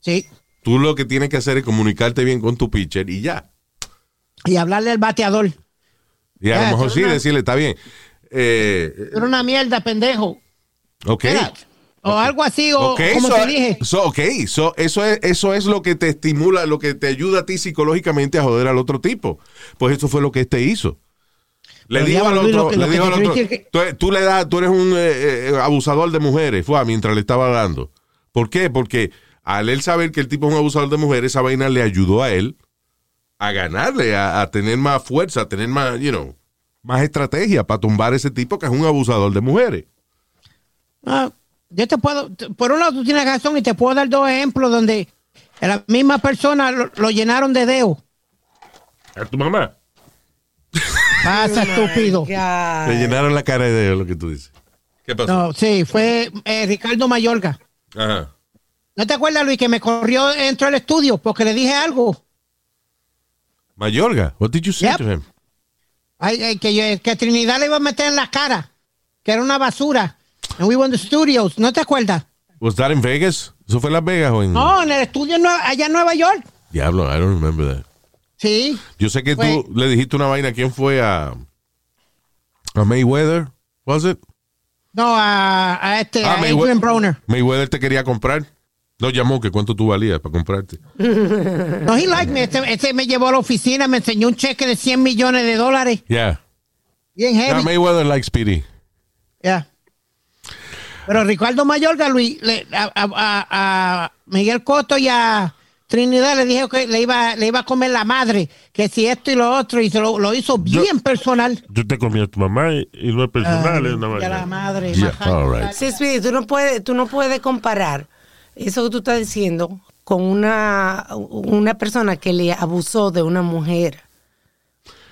Speaker 5: Sí.
Speaker 4: tú lo que tienes que hacer es comunicarte bien con tu pitcher y ya.
Speaker 5: Y hablarle al bateador.
Speaker 4: Y a
Speaker 5: Ya,
Speaker 4: lo mejor
Speaker 5: tú
Speaker 4: sí
Speaker 5: no-
Speaker 4: decirle, está bien. Eh, eh,
Speaker 5: Era una mierda, pendejo.
Speaker 4: ok.
Speaker 5: Mira, O algo así, o
Speaker 4: Ok,
Speaker 5: como
Speaker 4: so-
Speaker 5: te dije.
Speaker 4: so, ok, so, eso, es, eso es lo que te estimula, lo que te ayuda a ti psicológicamente a joder al otro tipo. Pues eso fue lo que este hizo. Le
Speaker 5: Pero
Speaker 4: dijo
Speaker 5: ya,
Speaker 4: al
Speaker 5: Luis, lo
Speaker 4: otro,
Speaker 5: que-
Speaker 4: le
Speaker 5: lo que
Speaker 4: dijo
Speaker 5: te
Speaker 4: al
Speaker 5: quiero
Speaker 4: otro,
Speaker 5: decir que-
Speaker 4: tú, tú le das, tú eres un eh, eh, abusador de mujeres, fue, mientras le estaba dando. ¿Por qué? Porque al él saber que el tipo es un abusador de mujeres, esa vaina le ayudó a él a ganarle, a, a tener más fuerza, a tener más, you know, más estrategia para tumbar a ese tipo que es un abusador de mujeres.
Speaker 5: Ah, yo te puedo, t- por un lado tú tienes razón y te puedo dar dos ejemplos donde a la misma persona lo, lo llenaron de dedo.
Speaker 2: A tu mamá.
Speaker 5: Pasa, estúpido.
Speaker 6: Ya.
Speaker 4: Te llenaron la cara de lo que tú dices. ¿Qué pasó?
Speaker 5: No, sí, fue eh, Ricardo Mayorga.
Speaker 4: Ajá.
Speaker 5: ¿No te acuerdas, Luis, que me corrió dentro del estudio porque le dije algo?
Speaker 4: Mayorga, what did you say
Speaker 5: Yep.
Speaker 4: to him?
Speaker 5: Ay, ay, que, yo- que Trinidad le iba a meter en la cara, que era una basura. And we were in the studios, ¿no te acuerdas?
Speaker 4: Was that in Vegas? ¿Eso fue en Las Vegas o en...?
Speaker 5: No, en el estudio en Nue- allá en Nueva York.
Speaker 4: Diablo, I don't remember that.
Speaker 5: Sí,
Speaker 4: Yo sé que
Speaker 5: Fue-
Speaker 4: tú le dijiste una vaina. ¿Quién fue a... a Mayweather? ¿Was it?
Speaker 5: no, a, a este,
Speaker 4: Ah,
Speaker 5: a
Speaker 4: Maywe-
Speaker 5: Adrian Broner.
Speaker 4: Mayweather te quería comprar. Lo llamó, que cuánto tú valías para comprarte.
Speaker 5: No, he liked me. Este, este me llevó a la oficina, me enseñó un cheque de 100 millones de dólares.
Speaker 4: Yeah.
Speaker 5: Bien
Speaker 4: Yeah,
Speaker 5: heavy.
Speaker 4: Mayweather likes Speedy.
Speaker 5: Yeah. Pero Ricardo Mayorga, Luis, le- a, a- a- a Miguel Coto y a Trinidad le dije que le iba, le iba a comer la madre, que si esto y lo otro, y se lo, lo hizo bien personal.
Speaker 2: Yo te comí a tu mamá y, y no es personal, es una
Speaker 5: Y a Ah, la
Speaker 2: vaina.
Speaker 5: madre.
Speaker 4: Yeah,
Speaker 5: majando,
Speaker 4: all right.
Speaker 5: tal.
Speaker 6: Sí, Speedy, tú no puedes, tú no puedes comparar eso que tú estás diciendo con una, una persona que le abusó de una mujer.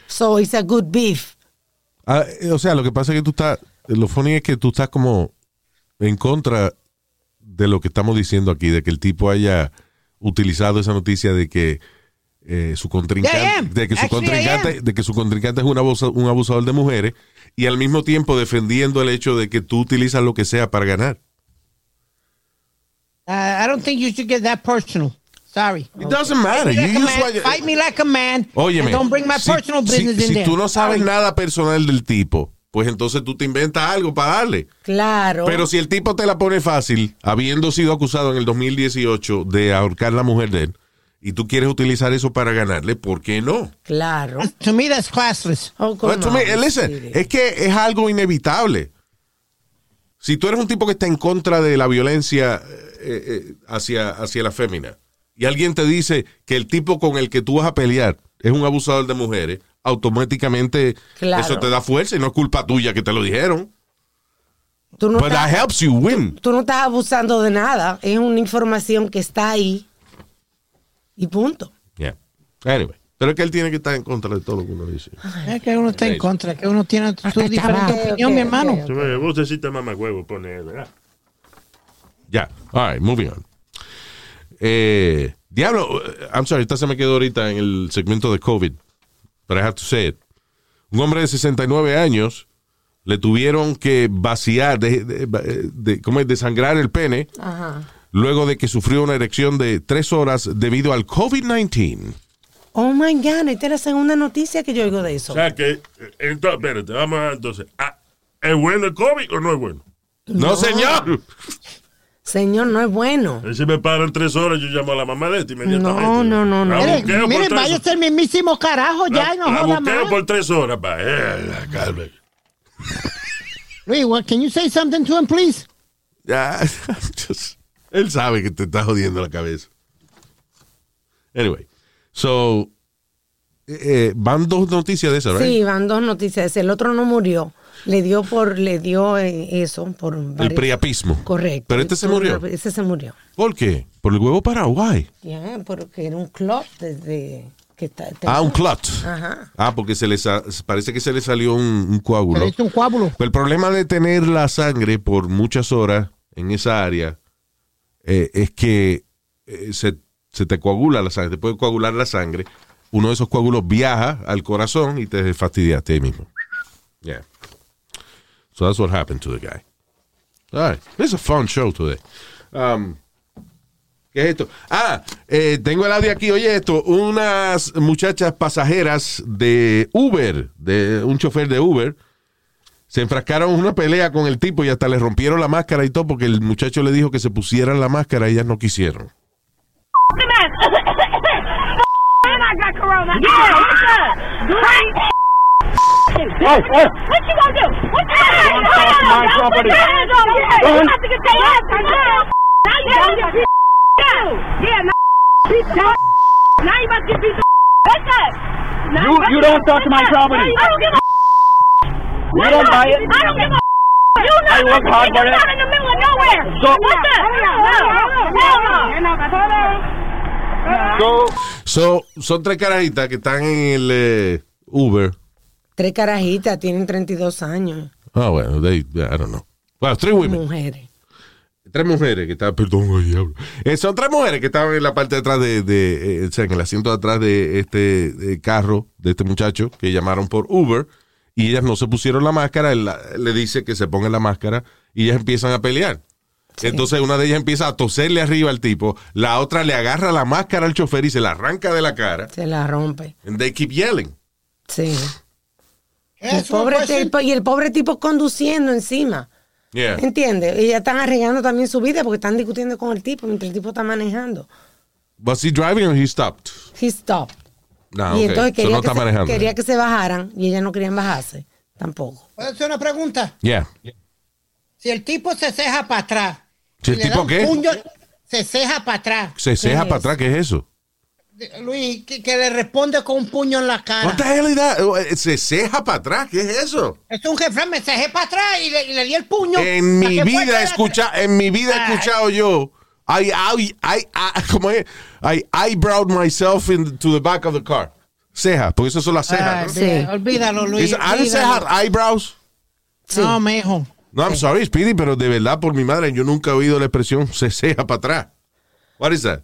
Speaker 6: So it's a good beef.
Speaker 4: Ah, eh, o sea, lo que pasa es que tú estás... Lo funny es que tú estás como en contra de lo que estamos diciendo aquí, de que el tipo haya utilizado esa noticia de que eh, su
Speaker 5: Yeah, I
Speaker 4: contrincante,
Speaker 5: am.
Speaker 4: de que su
Speaker 5: Actually, I
Speaker 4: contrincante, de que su contrincante es un, abusa- un abusador de mujeres y al mismo tiempo defendiendo el hecho de que tú utilizas lo que sea para ganar.
Speaker 5: Uh, I don't think you should get that personal. Sorry.
Speaker 4: It doesn't matter. You
Speaker 5: Like a
Speaker 4: use
Speaker 5: man.
Speaker 4: what you-
Speaker 5: Fight me like a man.
Speaker 4: Óyeme,
Speaker 5: and don't bring my
Speaker 4: si-
Speaker 5: personal
Speaker 4: si,
Speaker 5: business in
Speaker 4: si
Speaker 5: there.
Speaker 4: tú no sabes
Speaker 5: Sorry.
Speaker 4: nada personal del tipo, pues entonces tú te inventas algo para darle.
Speaker 6: Claro.
Speaker 4: Pero si el tipo te la pone fácil, habiendo sido acusado en el 2018 de ahorcar a la mujer de él, y tú quieres utilizar eso para ganarle, ¿por qué no?
Speaker 6: claro.
Speaker 5: To me, that's classless.
Speaker 6: Oh, come
Speaker 4: Well, to me,
Speaker 6: on,
Speaker 4: eh, listen,
Speaker 6: Speedy.
Speaker 4: es que es algo inevitable. Si tú eres un tipo que está en contra de la violencia eh, eh, hacia, hacia la fémina y alguien te dice que el tipo con el que tú vas a pelear es un abusador de mujeres, automáticamente
Speaker 6: Claro.
Speaker 4: eso te da fuerza y no es culpa tuya que te lo dijeron.
Speaker 6: Tú no,
Speaker 4: But
Speaker 6: estás,
Speaker 4: that helps you win.
Speaker 6: tú no estás abusando de nada. Es una información que está ahí. Y punto.
Speaker 4: Yeah. Anyway. Pero es que él tiene que estar en contra de todo lo que uno dice.
Speaker 5: Es que uno está en contra, que uno tiene su
Speaker 6: Acá está
Speaker 5: diferente
Speaker 6: abajo.
Speaker 5: opinión,
Speaker 6: Ah, Ok,
Speaker 5: mi
Speaker 6: ok,
Speaker 5: hermano.
Speaker 6: ok.
Speaker 2: Se ve, vocecita mamagüevo, pone él, ¿verdad?
Speaker 4: Ya. All right, moving on. Eh, diablo, eh, I'm sorry, esta se me quedó ahorita en el segmento de COVID. But I have to say it. Un hombre de 69 años le tuvieron que vaciar, de, de- de- ¿cómo es? Desangrar el pene
Speaker 6: Ajá.
Speaker 4: luego de que sufrió una erección de tres horas debido al COVID-19.
Speaker 6: Oh my God, esta es la segunda noticia que yo oigo de
Speaker 2: O
Speaker 6: eso.
Speaker 2: sea que, eh, entonces, espérate, vamos a, entonces, ah, ¿es bueno el COVID o no es bueno?
Speaker 4: No, señor.
Speaker 6: Señor, no es bueno.
Speaker 2: Ahí Si me paran tres horas, yo llamo a la mamá de este inmediatamente.
Speaker 6: No, no, no, no.
Speaker 2: La
Speaker 5: Miren,
Speaker 2: buqueo por
Speaker 5: miren,
Speaker 2: tres-
Speaker 5: vaya usted el mismísimo carajo ya,
Speaker 2: la,
Speaker 5: no
Speaker 2: la
Speaker 5: joda
Speaker 2: buqueo
Speaker 5: más.
Speaker 2: Ah, por tres horas, va. Eh, la Carmen.
Speaker 5: Luis, what- can you say something to him, please?
Speaker 4: Ya, [laughs] just- él sabe que te está jodiendo la cabeza. Anyway, so eh, eh, van dos noticias de eso, ¿verdad?
Speaker 6: Sí, van dos noticias. El otro no murió. Le dio por, le dio eh, eso por
Speaker 4: El
Speaker 6: varios-
Speaker 4: priapismo.
Speaker 6: Correcto.
Speaker 4: Pero este se murió.
Speaker 6: Ese se murió.
Speaker 4: ¿Por qué? Por el huevo paraguay.
Speaker 6: Ya, porque era un club desde que está.
Speaker 4: Ah, un clot.
Speaker 6: Ajá.
Speaker 4: Ah, porque se les sa- parece que se le salió un, un coágulo.
Speaker 5: Le hizo un coágulo.
Speaker 4: Pero Pues el problema de tener la sangre por muchas horas en esa área eh, es que eh, se, se te coagula la sangre, te puede coagular la sangre. Uno de esos coágulos viaja al corazón y te fastidiaste ahí mismo. Yeah. So that's what happened to the guy. All right. It's a fun show today. Um, ¿Qué es esto? Ah, eh, tengo el audio aquí. Oye, esto. Unas muchachas pasajeras de Uber, de un chofer de Uber, se enfrascaron en una pelea con el tipo y hasta le rompieron la máscara y todo porque el muchacho le dijo que se pusieran la máscara y ellas no quisieron.
Speaker 9: the mask. and I got corona. Yeah, what's up? Crank. What you gonna do? What you gonna do? Hold on, Don't put your hands on me. You about to get their ass right now. Now you about to get beat the down. Yeah, now beat the Now you about to get beat the What's up? You, you don't talk to my property. I don't give a You don't buy it? I don't give a you know I work hard for it. out in the middle of nowhere. So, What's up? Hold on.
Speaker 4: So, son tres carajitas que están en el eh, Uber.
Speaker 6: Tres carajitas, tienen 32 años,
Speaker 4: Ah, bueno, they, I don't know. Well, three women.
Speaker 6: mujeres.
Speaker 4: Tres mujeres que estaban, perdón, ay, diablo. Eh, son tres mujeres que estaban en la parte de atrás de, de, eh, o sea, en el asiento de atrás de este eh, carro, de este muchacho, que llamaron por Uber, y ellas no se pusieron la máscara, él la- le dice que se pongan la máscara, y ellas empiezan a pelear. Entonces una de ellas empieza a toserle arriba al tipo, la otra le agarra la máscara al chofer y se la arranca de la cara,
Speaker 6: Se la rompe.
Speaker 4: and they keep yelling.
Speaker 6: Sí. El
Speaker 5: Eso no
Speaker 6: pobre
Speaker 5: puede ser.
Speaker 6: tipo, y el pobre tipo conduciendo encima.
Speaker 4: Yeah.
Speaker 6: ¿Entiendes? Ellas están arriesgando también su vida porque están discutiendo con el tipo mientras el tipo está manejando.
Speaker 4: Was he driving or he stopped?
Speaker 6: He stopped.
Speaker 4: No, Ah,
Speaker 6: Y
Speaker 4: ok.
Speaker 6: entonces
Speaker 4: So
Speaker 6: quería,
Speaker 4: no está
Speaker 6: que se,
Speaker 4: manejando.
Speaker 6: quería que se bajaran y ellas no querían bajarse tampoco.
Speaker 5: ¿Puedo hacer una pregunta?
Speaker 4: Yeah.
Speaker 5: Si el tipo se ceja para atrás.
Speaker 4: Si
Speaker 5: y
Speaker 4: el
Speaker 5: le da
Speaker 4: tipo
Speaker 5: un
Speaker 4: qué?
Speaker 5: puño, se ceja para atrás.
Speaker 4: Se ceja
Speaker 6: es
Speaker 4: para atrás, ¿qué es eso?
Speaker 5: Luis, que, que le responde con un puño en la cara.
Speaker 4: What the hell is that? Eh, Se ceja para atrás, ¿qué es eso?
Speaker 5: Es un jefe, me cejé para atrás y le, y le di el puño.
Speaker 4: En
Speaker 5: Para
Speaker 4: mi
Speaker 5: que
Speaker 4: vida
Speaker 5: fuera
Speaker 4: he escuchado, en mi vida he
Speaker 5: Ay.
Speaker 4: escuchado yo. I, I, I, I- [laughs] ¿cómo es? I eyebrowed myself in to the back of the car. Ceja, porque eso son las
Speaker 5: Ay,
Speaker 4: cejas. ¿no?
Speaker 5: mira, Olvídalo, Luis.
Speaker 4: Es- ¿Han
Speaker 5: olvídalo.
Speaker 4: cejas eyebrows? ah,
Speaker 5: No, mijo.
Speaker 4: No, I'm sorry, Speedy, pero de verdad, por mi madre, yo nunca he oído la expresión se ceja para atrás. What is that?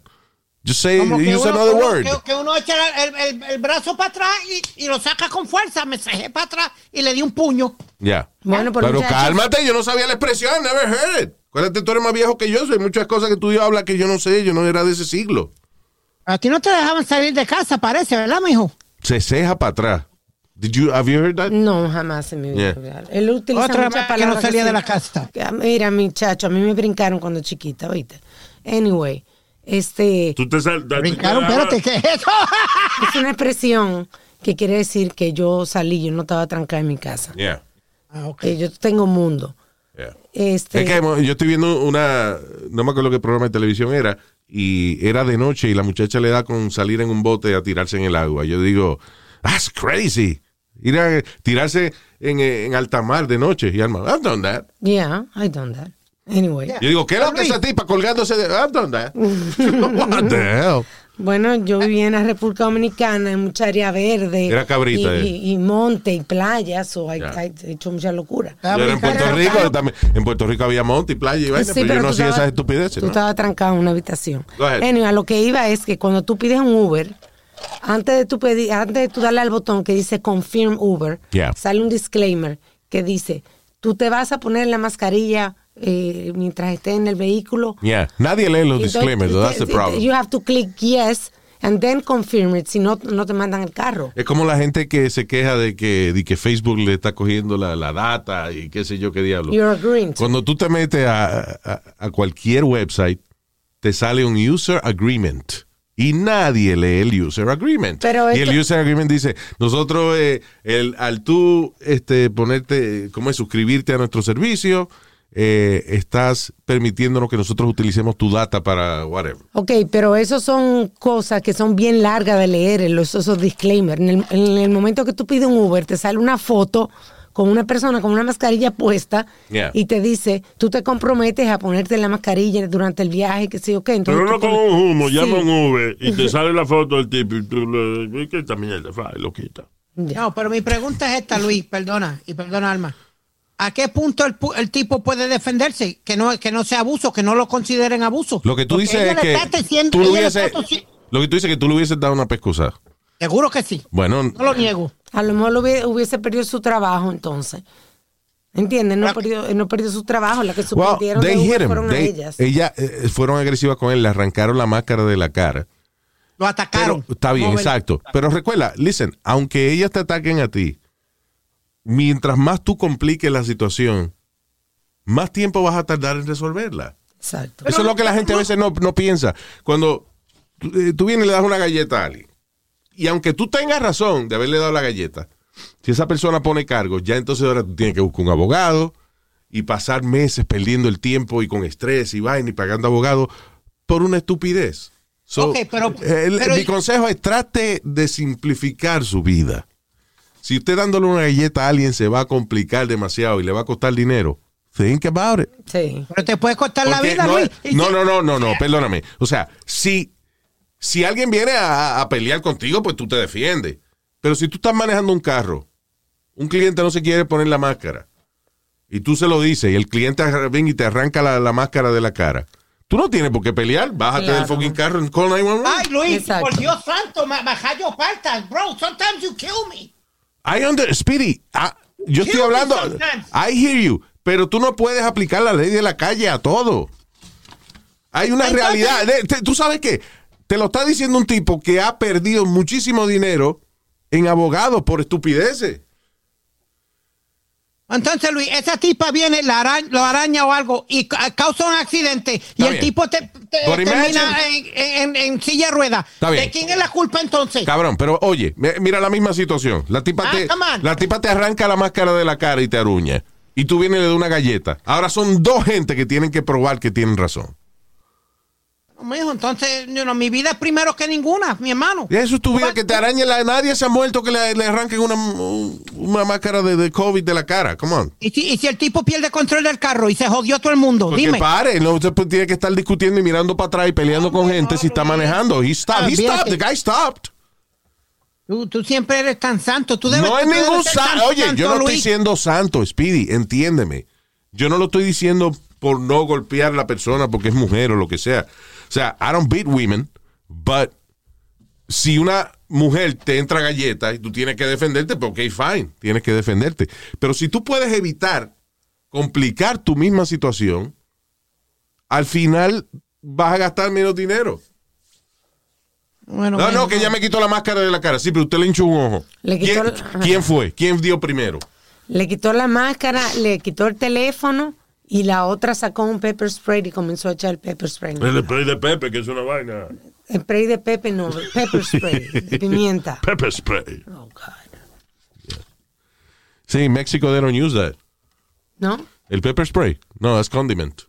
Speaker 4: Just say,
Speaker 5: Como que
Speaker 4: use
Speaker 5: uno-
Speaker 4: another
Speaker 5: uno-
Speaker 4: word.
Speaker 5: Que, que uno echa el, el- el brazo para atrás y, y lo saca con fuerza. Me cejé para atrás y le di un puño.
Speaker 4: Ya.
Speaker 6: Bueno, pero,
Speaker 4: Pero
Speaker 6: muchachos,
Speaker 4: cálmate, yo no sabía la expresión, never heard it. Acuérdate, tú eres más viejo que yo, hay muchas cosas que tú y yo hablas que yo no sé, yo no era de ese siglo.
Speaker 5: A ti no te dejaban salir de casa, parece, ¿verdad, mijo?
Speaker 4: Se ceja para atrás. Did you, have you heard that?
Speaker 6: No, jamás en mi vida. Él utiliza
Speaker 5: Otra
Speaker 6: muchas
Speaker 5: más que
Speaker 6: palabras
Speaker 5: no salía
Speaker 6: sí.
Speaker 5: de la casa.
Speaker 6: Que, ah, Mira, muchacho, a mí me brincaron cuando chiquita, ¿viste? Anyway, este
Speaker 2: Tú te sal- da-
Speaker 5: Brincaron,
Speaker 2: te-
Speaker 5: espérate, ¿qué es eso?
Speaker 6: es una expresión que quiere decir que yo salí, yo no estaba trancada en mi casa.
Speaker 4: Yeah,
Speaker 5: Ah, ok.
Speaker 6: Que yo tengo mundo.
Speaker 4: yeah.
Speaker 6: Este,
Speaker 4: Es que mo- yo estoy viendo una, no me acuerdo qué programa de televisión era, y era de noche y la muchacha le da con salir en un bote a tirarse en el agua. Yo digo, that's crazy. Ir a tirarse en, en alta mar de noche. Y Alma, I've done that.
Speaker 6: Yeah, I done that. Anyway.
Speaker 4: Yo digo, ¿qué loca esa tipa colgándose de... Ah, I've
Speaker 6: [laughs]
Speaker 4: done that. What the hell?
Speaker 6: Bueno, yo viví en la República Dominicana, en mucha área verde.
Speaker 4: Era cabrita,
Speaker 6: Y,
Speaker 4: eh.
Speaker 6: y- y monte y playas, o hay-
Speaker 4: Ya.
Speaker 6: hay- he hecho mucha
Speaker 5: Ah,
Speaker 6: locura.
Speaker 4: Yo era en Puerto Rico, también- en Puerto Rico había monte y playa y vaina,
Speaker 6: Sí,
Speaker 4: pero pues, yo no
Speaker 6: tú
Speaker 4: hacía
Speaker 6: estabas-
Speaker 4: esas estupideces.
Speaker 6: Tú
Speaker 4: ¿no?
Speaker 6: estabas trancado en una habitación.
Speaker 4: Go ahead.
Speaker 6: Anyway, a lo que iba es que cuando tú pides un Uber, antes de tú, pedir, antes de tú darle al botón que dice Confirm Uber,
Speaker 4: Yeah.
Speaker 6: sale un disclaimer que dice, tú te vas a poner la mascarilla eh, mientras estés en el vehículo.
Speaker 4: Yeah. Nadie lee los
Speaker 6: Y entonces, eh,
Speaker 4: disclaimers, though, that's the problem.
Speaker 6: You have to click yes and then confirm it, si no, no te mandan el carro.
Speaker 4: Es como la gente que se queja de que, de que Facebook le está cogiendo la, la data y qué sé yo qué diablo.
Speaker 6: You're agreeing to.
Speaker 4: Cuando tú te metes a, a- a cualquier website, te sale un user agreement. Y nadie lee el user agreement.
Speaker 6: Pero
Speaker 4: y
Speaker 6: esto-
Speaker 4: el user agreement dice, nosotros, eh, el, al tú este, ponerte, ¿cómo es? Suscribirte a nuestro servicio, eh, estás permitiéndonos que nosotros utilicemos tu data para whatever.
Speaker 6: Ok, pero eso son cosas que son bien largas de leer, los, esos disclaimers. En el, en el momento que tú pides un Uber, te sale una foto con una persona con una mascarilla puesta
Speaker 4: Yeah.
Speaker 6: y te dice, tú te comprometes a ponerte la mascarilla durante el viaje, que sí, ok. Entonces,
Speaker 2: Pero no
Speaker 6: tú te-
Speaker 2: con un humo,
Speaker 6: Sí.
Speaker 2: llama un Uber y
Speaker 6: [laughs]
Speaker 2: te sale la foto del tipo y tú le y que esta mierda, fa, y lo quita.
Speaker 6: Ya.
Speaker 5: No, pero mi pregunta es esta, Luis, perdona, y perdona, Alma. ¿A qué punto el, pu- el tipo puede defenderse? Que no, que no sea abuso, que no lo consideren abuso.
Speaker 4: Lo que tú
Speaker 5: Porque
Speaker 4: dices
Speaker 5: ella
Speaker 4: es
Speaker 5: le
Speaker 4: que
Speaker 5: está diciendo-
Speaker 4: tú le
Speaker 5: ella le
Speaker 4: hubiese-
Speaker 5: está tosi-
Speaker 4: lo que tú dices es que tú le hubieses dado una pescosa.
Speaker 5: Seguro que sí,
Speaker 4: Bueno,
Speaker 5: no lo niego.
Speaker 6: A lo mejor lo hubie- hubiese perdido su trabajo entonces. ¿Entiendes? No perdió, no perdió su trabajo, la que
Speaker 4: Well,
Speaker 6: suspendieron
Speaker 4: they
Speaker 6: de Uber
Speaker 4: hit him.
Speaker 6: fueron a
Speaker 4: They-
Speaker 6: ellas.
Speaker 4: ella, eh, fueron agresivas con él, le arrancaron la máscara de la cara.
Speaker 5: Lo atacaron.
Speaker 4: Pero- está bien,
Speaker 5: Robert.
Speaker 4: exacto. Pero recuerda, listen, aunque ellas te ataquen a ti, mientras más tú compliques la situación, más tiempo vas a tardar en resolverla.
Speaker 6: Exacto.
Speaker 4: Eso es lo que la gente a veces no, no piensa. Cuando tú, eh, tú vienes y le das una galleta a alguien, y aunque tú tengas razón de haberle dado la galleta, si esa persona pone cargo, ya entonces ahora tú tienes que buscar un abogado y pasar meses perdiendo el tiempo y con estrés y vaina y pagando abogado por una estupidez. So,
Speaker 5: Ok, pero-
Speaker 4: el-
Speaker 5: pero-
Speaker 4: mi consejo es trate de simplificar su vida. Si usted dándole una galleta a alguien se va a complicar demasiado y le va a costar dinero, think about it.
Speaker 6: Sí.
Speaker 5: Pero te puede costar la
Speaker 4: Porque
Speaker 5: vida,
Speaker 4: no,
Speaker 5: Luis.
Speaker 4: es- No, no, no, no, no, perdóname. O sea, si, si alguien viene a, a pelear contigo, pues tú te defiendes. Pero si tú estás manejando un carro, un cliente no se quiere poner la máscara, y tú se lo dices, y el cliente arra- viene y te arranca la, la máscara de la cara, tú no tienes por qué pelear, bájate
Speaker 6: Claro.
Speaker 4: del fucking carro en call 911.
Speaker 5: Ay, Luis,
Speaker 6: Exacto.
Speaker 5: por Dios santo, ma- majayo faltas, bro. Sometimes you kill me.
Speaker 4: I under, Speedy, ah, yo estoy
Speaker 5: Kill me
Speaker 4: hablando,
Speaker 5: sometimes.
Speaker 4: I hear you, pero tú no puedes aplicar la ley de la calle a todo. Hay una
Speaker 5: Entonces-
Speaker 4: realidad. de- te- ¿Tú sabes qué? Te lo está diciendo un tipo que ha perdido muchísimo dinero en abogados por estupideces.
Speaker 5: Entonces, Luis, esa tipa viene, la araña, lo araña o algo y ca- causa un accidente y el
Speaker 4: bien.
Speaker 5: tipo te, te-
Speaker 4: But
Speaker 5: termina en,
Speaker 4: imagine-
Speaker 5: en- en silla de ruedas.
Speaker 4: Está bien.
Speaker 5: ¿De quién es la culpa entonces?
Speaker 4: Cabrón, pero oye, mi- mira la misma situación. La tipa,
Speaker 5: Ah,
Speaker 4: te,
Speaker 5: come on.
Speaker 4: la tipa te arranca la máscara de la cara y te aruña. Y tú vienes y le das una galleta. Ahora son dos gente que tienen que probar que tienen razón.
Speaker 5: Mijo, entonces, you know, mi vida es primero que ninguna, mi hermano.
Speaker 4: Y Eso es tu vida, que te arañe la... Nadie se ha muerto que le, le arranquen una, una máscara de, de COVID de la cara. Come on.
Speaker 5: ¿Y si, y si el tipo pierde control del carro y se jodió todo el mundo,
Speaker 4: Porque
Speaker 5: dime.
Speaker 4: pare, no usted pues, tiene que estar discutiendo y mirando para atrás y peleando con gente si está manejando. He stopped, he stopped, the guy stopped.
Speaker 5: Tú, tú siempre eres tan santo. Tú debes,
Speaker 4: No es
Speaker 5: tú debes
Speaker 4: ningún
Speaker 5: ser tan
Speaker 4: santo. Oye, yo no estoy
Speaker 5: este Luis.
Speaker 4: diciendo santo, Speedy, entiéndeme. Yo no lo estoy diciendo por no golpear a la persona porque es mujer o lo que sea. O sea, I don't beat women, but si una mujer te entra galleta y tú tienes que defenderte, pues ok, fine, tienes que defenderte. Pero si tú puedes evitar complicar tu misma situación, al final vas a gastar menos dinero.
Speaker 5: Bueno,
Speaker 4: No,
Speaker 5: bueno.
Speaker 4: no, que ella me quitó la máscara de la cara. Sí, pero usted le hinchó un ojo.
Speaker 6: Le quitó
Speaker 4: ¿Quién,
Speaker 6: la-
Speaker 4: quién fue? ¿Quién dio primero?
Speaker 6: Le quitó la máscara, le quitó el teléfono y la otra sacó un pepper spray y comenzó a echar el pepper spray.
Speaker 2: El spray de Pepe, que es una vaina.
Speaker 6: Spray de pepe no, pepper spray, de pimienta.
Speaker 2: Pepe spray.
Speaker 6: Oh, God.
Speaker 4: Sí, en México they don't use that.
Speaker 6: ¿No?
Speaker 4: El pepper spray. No, es condiment.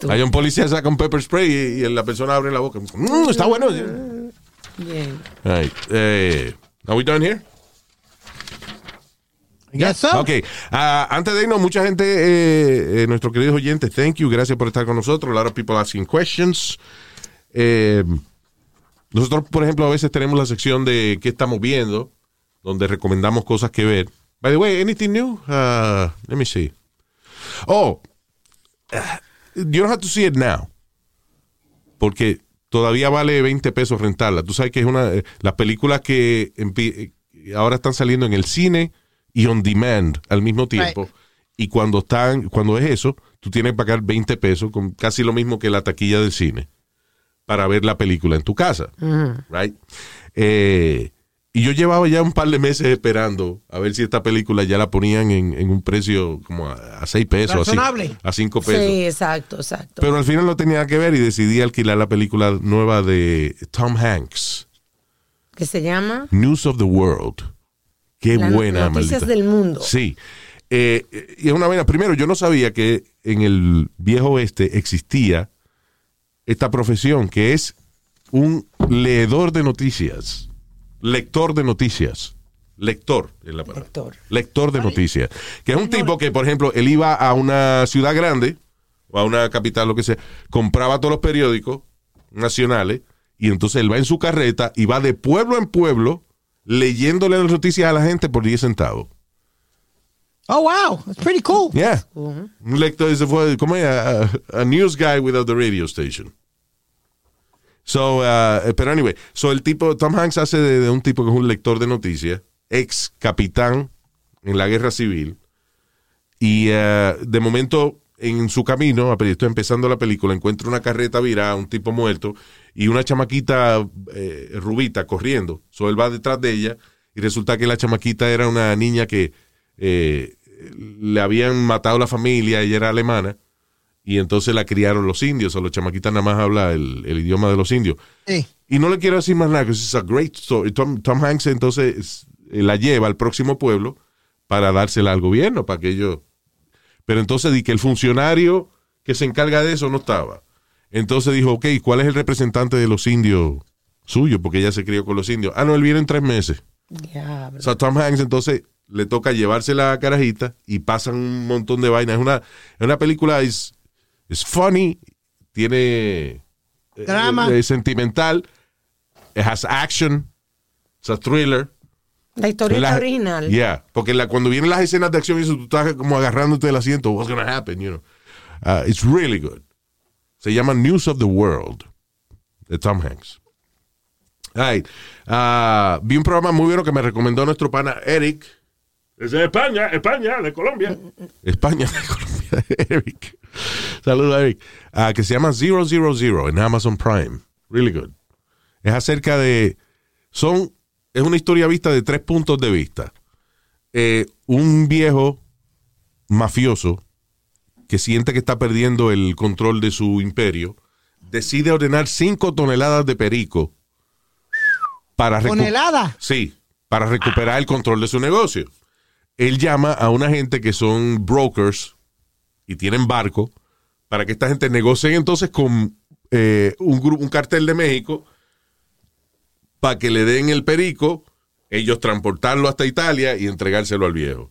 Speaker 6: tú.
Speaker 4: Hay un policía que saca un pepper spray y, y la persona abre la boca. Mm, está bueno.
Speaker 6: Bien.
Speaker 4: Right. Eh, are we done here?
Speaker 5: Yes, sir.
Speaker 4: Ok. Ah, antes de irnos, mucha gente, eh, eh, nuestros queridos oyentes, thank you. Gracias por estar con nosotros. A lot of people asking questions. Eh, nosotros, por ejemplo, a veces tenemos la sección de qué estamos viendo, donde recomendamos cosas que ver. By the way, anything new? Ah, let me see. Oh, ah, you don't have to see it now. Porque todavía vale 20 pesos rentarla. Tú sabes que es una. eh, Las películas que empie- eh, ahora están saliendo en el cine y on demand al mismo tiempo.
Speaker 5: Right.
Speaker 4: Y cuando, están, cuando es eso, tú tienes que pagar 20 pesos, con casi lo mismo que la taquilla del cine, para ver la película en tu casa. Right? Eh, y yo llevaba ya un par de meses esperando a ver si esta película ya la ponían en, en un precio como a, 6 pesos, a cinco-
Speaker 5: Razonable.
Speaker 4: a 5 pesos.
Speaker 6: Sí, exacto, exacto.
Speaker 4: Pero al final no tenía nada que ver y decidí alquilar la película nueva de Tom Hanks,
Speaker 6: que se llama
Speaker 4: News of the World. Qué
Speaker 6: La no-
Speaker 4: buena,
Speaker 6: Noticias
Speaker 4: maldita.
Speaker 6: del Mundo.
Speaker 4: Sí. Eh, eh, y es una vaina. Primero, yo no sabía que en el viejo oeste existía esta profesión que es un leedor de noticias, lector de noticias. Lector es la palabra.
Speaker 6: Lector.
Speaker 4: Lector de noticias. Que es un tipo que, por ejemplo, él iba a una ciudad grande o a una capital, lo que sea, compraba todos los periódicos nacionales y entonces él va en su carreta y va de pueblo en pueblo leyéndole las noticias a la gente por 10 centavos.
Speaker 5: Oh, wow. It's pretty cool.
Speaker 4: Yeah. Un lector ese fue, ¿cómo es? A, a- a news guy without the radio station. So, uh, pero anyway, so el tipo, Tom Hanks hace de, de un tipo que es un lector de noticias, ex capitán en la guerra civil, y uh, de momento en su camino, apenas estoy empezando la película, encuentra una carreta virada, un tipo muerto, y una chamaquita eh, rubita corriendo. So él va detrás de ella, y resulta que la chamaquita era una niña que eh, le habían matado la familia, ella era alemana, y entonces la criaron los indios, o los chamaquitas nada más habla el, el idioma de los indios.
Speaker 5: Sí.
Speaker 4: Y no le quiero decir más nada, que es a great story. Tom, Tom Hanks entonces es- eh, la lleva al próximo pueblo para dársela al gobierno, para que ellos... Pero entonces di que el funcionario que se encarga de eso no estaba. Entonces dijo, ok, ¿cuál es el representante de los indios suyo? Porque ella se crió con los indios. Ah, no, él viene en tres meses.
Speaker 6: Diablo.
Speaker 4: O sea, Tom Hanks entonces le toca llevarse la carajita y pasan un montón de vainas. Es una, es una película, es, es funny, tiene... eh,
Speaker 5: Drama.
Speaker 4: Es, sentimental, it has action, it's a thriller.
Speaker 6: La historia
Speaker 4: La-
Speaker 6: original.
Speaker 4: Yeah, porque la, cuando vienen las escenas de acción y eso, tú estás como agarrándote del asiento, what's gonna happen, you know. Uh, it's really good. Se llama News of the World, de Tom Hanks. All right. Ah, vi un programa muy bueno que me recomendó nuestro pana Eric,
Speaker 2: Es de España, España, de Colombia.
Speaker 4: España, [laughs] de Colombia, Eric. Saludos, Eric. Ah, que se llama 000 en Amazon Prime. Really good. Es acerca de. Son. Es una historia vista de tres puntos de vista. Eh, un viejo mafioso que siente que está perdiendo el control de su imperio decide ordenar cinco toneladas de perico para recu-
Speaker 5: Tonelada.
Speaker 4: Sí, para recuperar el control de su negocio. Él llama a una gente que son brokers y tienen barco para que esta gente negocie entonces con eh, un, gru- un cartel de México para que le den el perico, ellos transportarlo hasta Italia y entregárselo al viejo.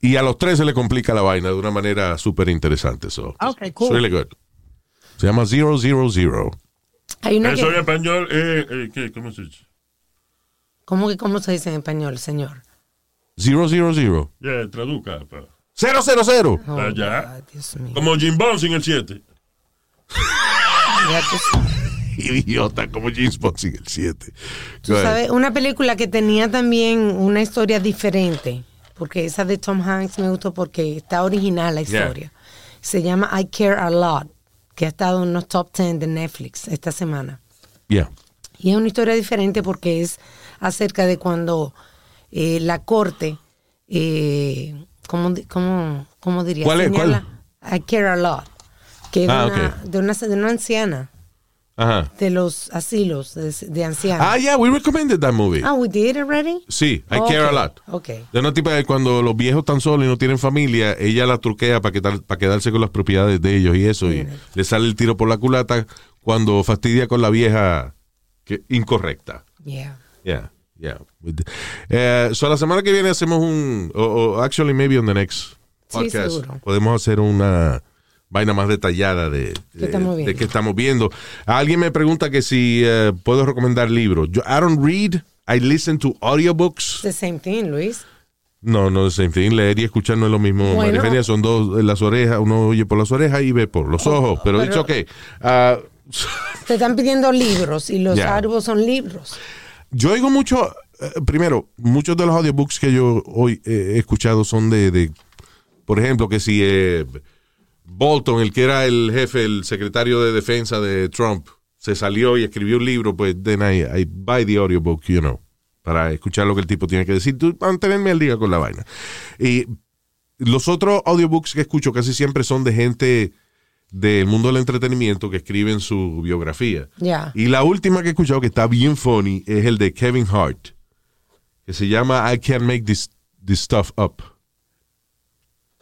Speaker 4: Y a los tres se le complica la vaina de una manera súper interesante. So.
Speaker 5: Ah, ok,
Speaker 4: it's
Speaker 5: cool.
Speaker 4: really good. Se llama Zero Zero Zero.
Speaker 6: Hay una
Speaker 2: Eso en
Speaker 6: que,
Speaker 2: español, eh, eh, ¿qué? ¿cómo se dice?
Speaker 6: ¿cómo, que- ¿Cómo se dice en español, señor?
Speaker 4: Zero Zero Zero.
Speaker 2: Ya, traduca. pa.
Speaker 4: Cero Cero Cero.
Speaker 6: Oh,
Speaker 2: Allá.
Speaker 6: God, Dios mío.
Speaker 2: Como Jim Bones en el 7.
Speaker 6: Ya tú sabes.
Speaker 4: [laughs] Idiota, como James Bond sin el 7.
Speaker 6: Tú sabes, una película que tenía también una historia diferente, porque esa de Tom Hanks me gustó porque está original la
Speaker 4: Yeah.
Speaker 6: historia. Se llama I Care a Lot, que ha estado en los top 10 de Netflix esta semana.
Speaker 4: Yeah.
Speaker 6: Y es una historia diferente porque es acerca de cuando eh, la corte, eh, ¿cómo, di- cómo, cómo diría?
Speaker 4: ¿Cuál es? ¿Cuál?
Speaker 6: Señala I care a lot, que es de
Speaker 4: Ah,
Speaker 6: una- de, una, de una anciana.
Speaker 4: Ajá.
Speaker 6: de los asilos de, de ancianos.
Speaker 4: Ah, yeah, we recommended that movie.
Speaker 6: Ah, we did already?
Speaker 4: Sí, I
Speaker 6: Okay,
Speaker 4: care a lot.
Speaker 6: Okay.
Speaker 4: De una tipa que cuando los viejos están solos y no tienen familia, ella la truquea para para quedarse con las propiedades de ellos y eso. Y le sale el tiro por la culata cuando fastidia con la vieja que, incorrecta.
Speaker 6: Yeah.
Speaker 4: Yeah, yeah. We did. Eh, so la semana que viene hacemos un, o, o actually maybe on the next
Speaker 6: Sí,
Speaker 4: podcast,
Speaker 6: seguro.
Speaker 4: podemos hacer una vaina más detallada de,
Speaker 6: ¿Qué
Speaker 4: de-
Speaker 6: estamos
Speaker 4: de
Speaker 6: viendo?
Speaker 4: qué estamos viendo. Alguien me pregunta que si eh, puedo recomendar libros. Yo, I don't read, I listen to audiobooks.
Speaker 6: It's the same thing, Luis.
Speaker 4: No, no, en fin, leer y escuchar no es lo mismo.
Speaker 6: Bueno.
Speaker 4: Mariferia, son dos, eh, las orejas, uno oye por las orejas y ve por los ojos, pero,
Speaker 6: Oh, pero-
Speaker 4: dicho que... ah,
Speaker 6: Te están pidiendo libros y los
Speaker 4: Yeah.
Speaker 6: árboles son libros.
Speaker 4: Yo oigo mucho, eh, primero, muchos de los audiobooks que yo hoy eh, he escuchado son de, de, por ejemplo, que si eh, Bolton, el que era el jefe, el secretario de defensa de Trump, se salió y escribió un libro, pues then I, I buy the audiobook, you know, para escuchar lo que el tipo tiene que decir, tú mantenerme al día con la vaina. Y los otros audiobooks que escucho casi siempre son de gente del mundo del entretenimiento que escriben su biografía.
Speaker 6: Ya.
Speaker 4: Y la última que he escuchado que está bien funny es el de Kevin Hart, que se llama I Can't Make This, this Stuff Up.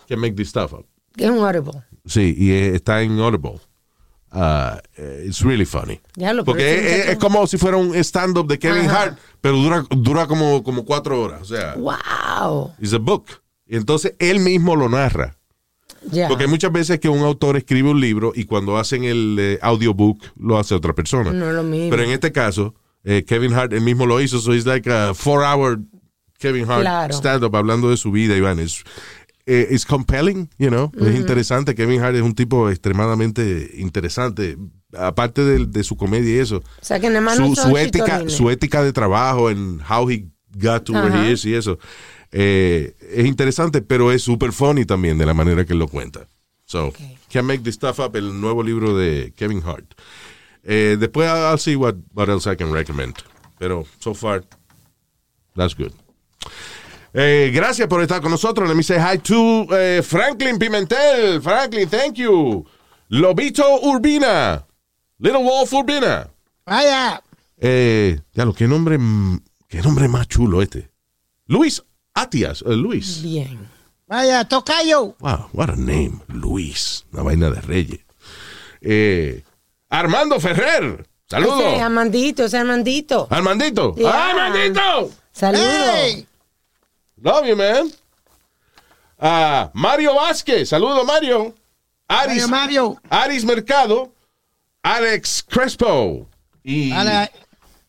Speaker 4: Can't Make This Stuff Up.
Speaker 6: Es un árbol.
Speaker 4: Sí, y eh, está en Audible. Ah, eh, it's really funny.
Speaker 6: Ya lo
Speaker 4: Porque
Speaker 6: pero
Speaker 4: es,
Speaker 6: siempre
Speaker 4: es
Speaker 6: tú-
Speaker 4: como si fuera un stand-up de Kevin
Speaker 6: Ajá.
Speaker 4: Hart, pero dura, dura como, como cuatro horas. O sea,
Speaker 6: Wow.
Speaker 4: it's a book. Y entonces él mismo lo narra.
Speaker 6: Ya.
Speaker 4: Porque hay muchas veces que un autor escribe un libro y cuando hacen el eh, audiobook lo hace otra persona.
Speaker 6: No es lo mismo.
Speaker 4: Pero en este caso, eh, Kevin Hart él mismo lo hizo, so it's like a four hour Kevin Hart
Speaker 6: Claro.
Speaker 4: stand-up hablando de su vida, Iván. Es it's compelling, you know. Es interesante. Kevin Hart es un tipo extremadamente interesante. Aparte de, de su comedia y eso.
Speaker 6: O sea que nada más
Speaker 4: su,
Speaker 6: no son
Speaker 4: su ética,
Speaker 6: chitorines.
Speaker 4: su ética de trabajo en how he got to where
Speaker 6: Ajá.
Speaker 4: he is y eso. eh, es interesante, pero es super funny también de la manera que él lo cuenta. So, Can Make This Stuff Up, el nuevo libro de Kevin Hart. Eh, después I'll see what, what else I can recommend. Pero so far, that's good. Eh, gracias por estar con nosotros. Let me say hi to eh, Franklin Pimentel. Franklin, thank you. Lobito Urbina. Little Wolf Urbina.
Speaker 5: Vaya.
Speaker 4: Eh, ya lo, qué nombre, mm, qué nombre más chulo este. Luis Atias, eh, Luis.
Speaker 6: Bien.
Speaker 5: Vaya, tocayo.
Speaker 4: Wow, what a name, Luis, una vaina de reyes. Eh, Armando Ferrer,
Speaker 6: Ese es
Speaker 4: saludos.
Speaker 6: Armandito, ese
Speaker 4: Ah.
Speaker 6: es Armandito.
Speaker 4: Armandito,
Speaker 6: Yeah.
Speaker 4: Armandito,
Speaker 6: Saludos.
Speaker 5: ¡Ey!
Speaker 4: love you man. Ah, Mario Vázquez, saludos Mario. Aris,
Speaker 5: Mario, Mario.
Speaker 4: Aris Mercado, Alex Crespo y
Speaker 5: Dale,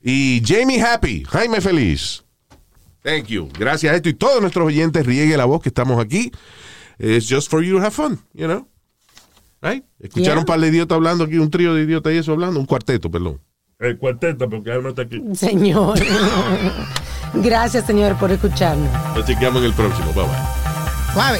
Speaker 4: Y Jamie Happy, Jaime Feliz. Thank you. Gracias a esto y todos nuestros oyentes, riegue la voz que estamos aquí. It's just for you to have fun, you know. Right? Escuchar
Speaker 6: Yeah.
Speaker 4: un par de idiotas hablando aquí, un trío de idiotas y eso hablando, un cuarteto, perdón.
Speaker 2: El cuarteto, porque ahora no está aquí.
Speaker 6: Señor. [laughs] Gracias, señor, por escucharnos.
Speaker 4: Nos chequeamos en el próximo. Bye bye.
Speaker 5: suave.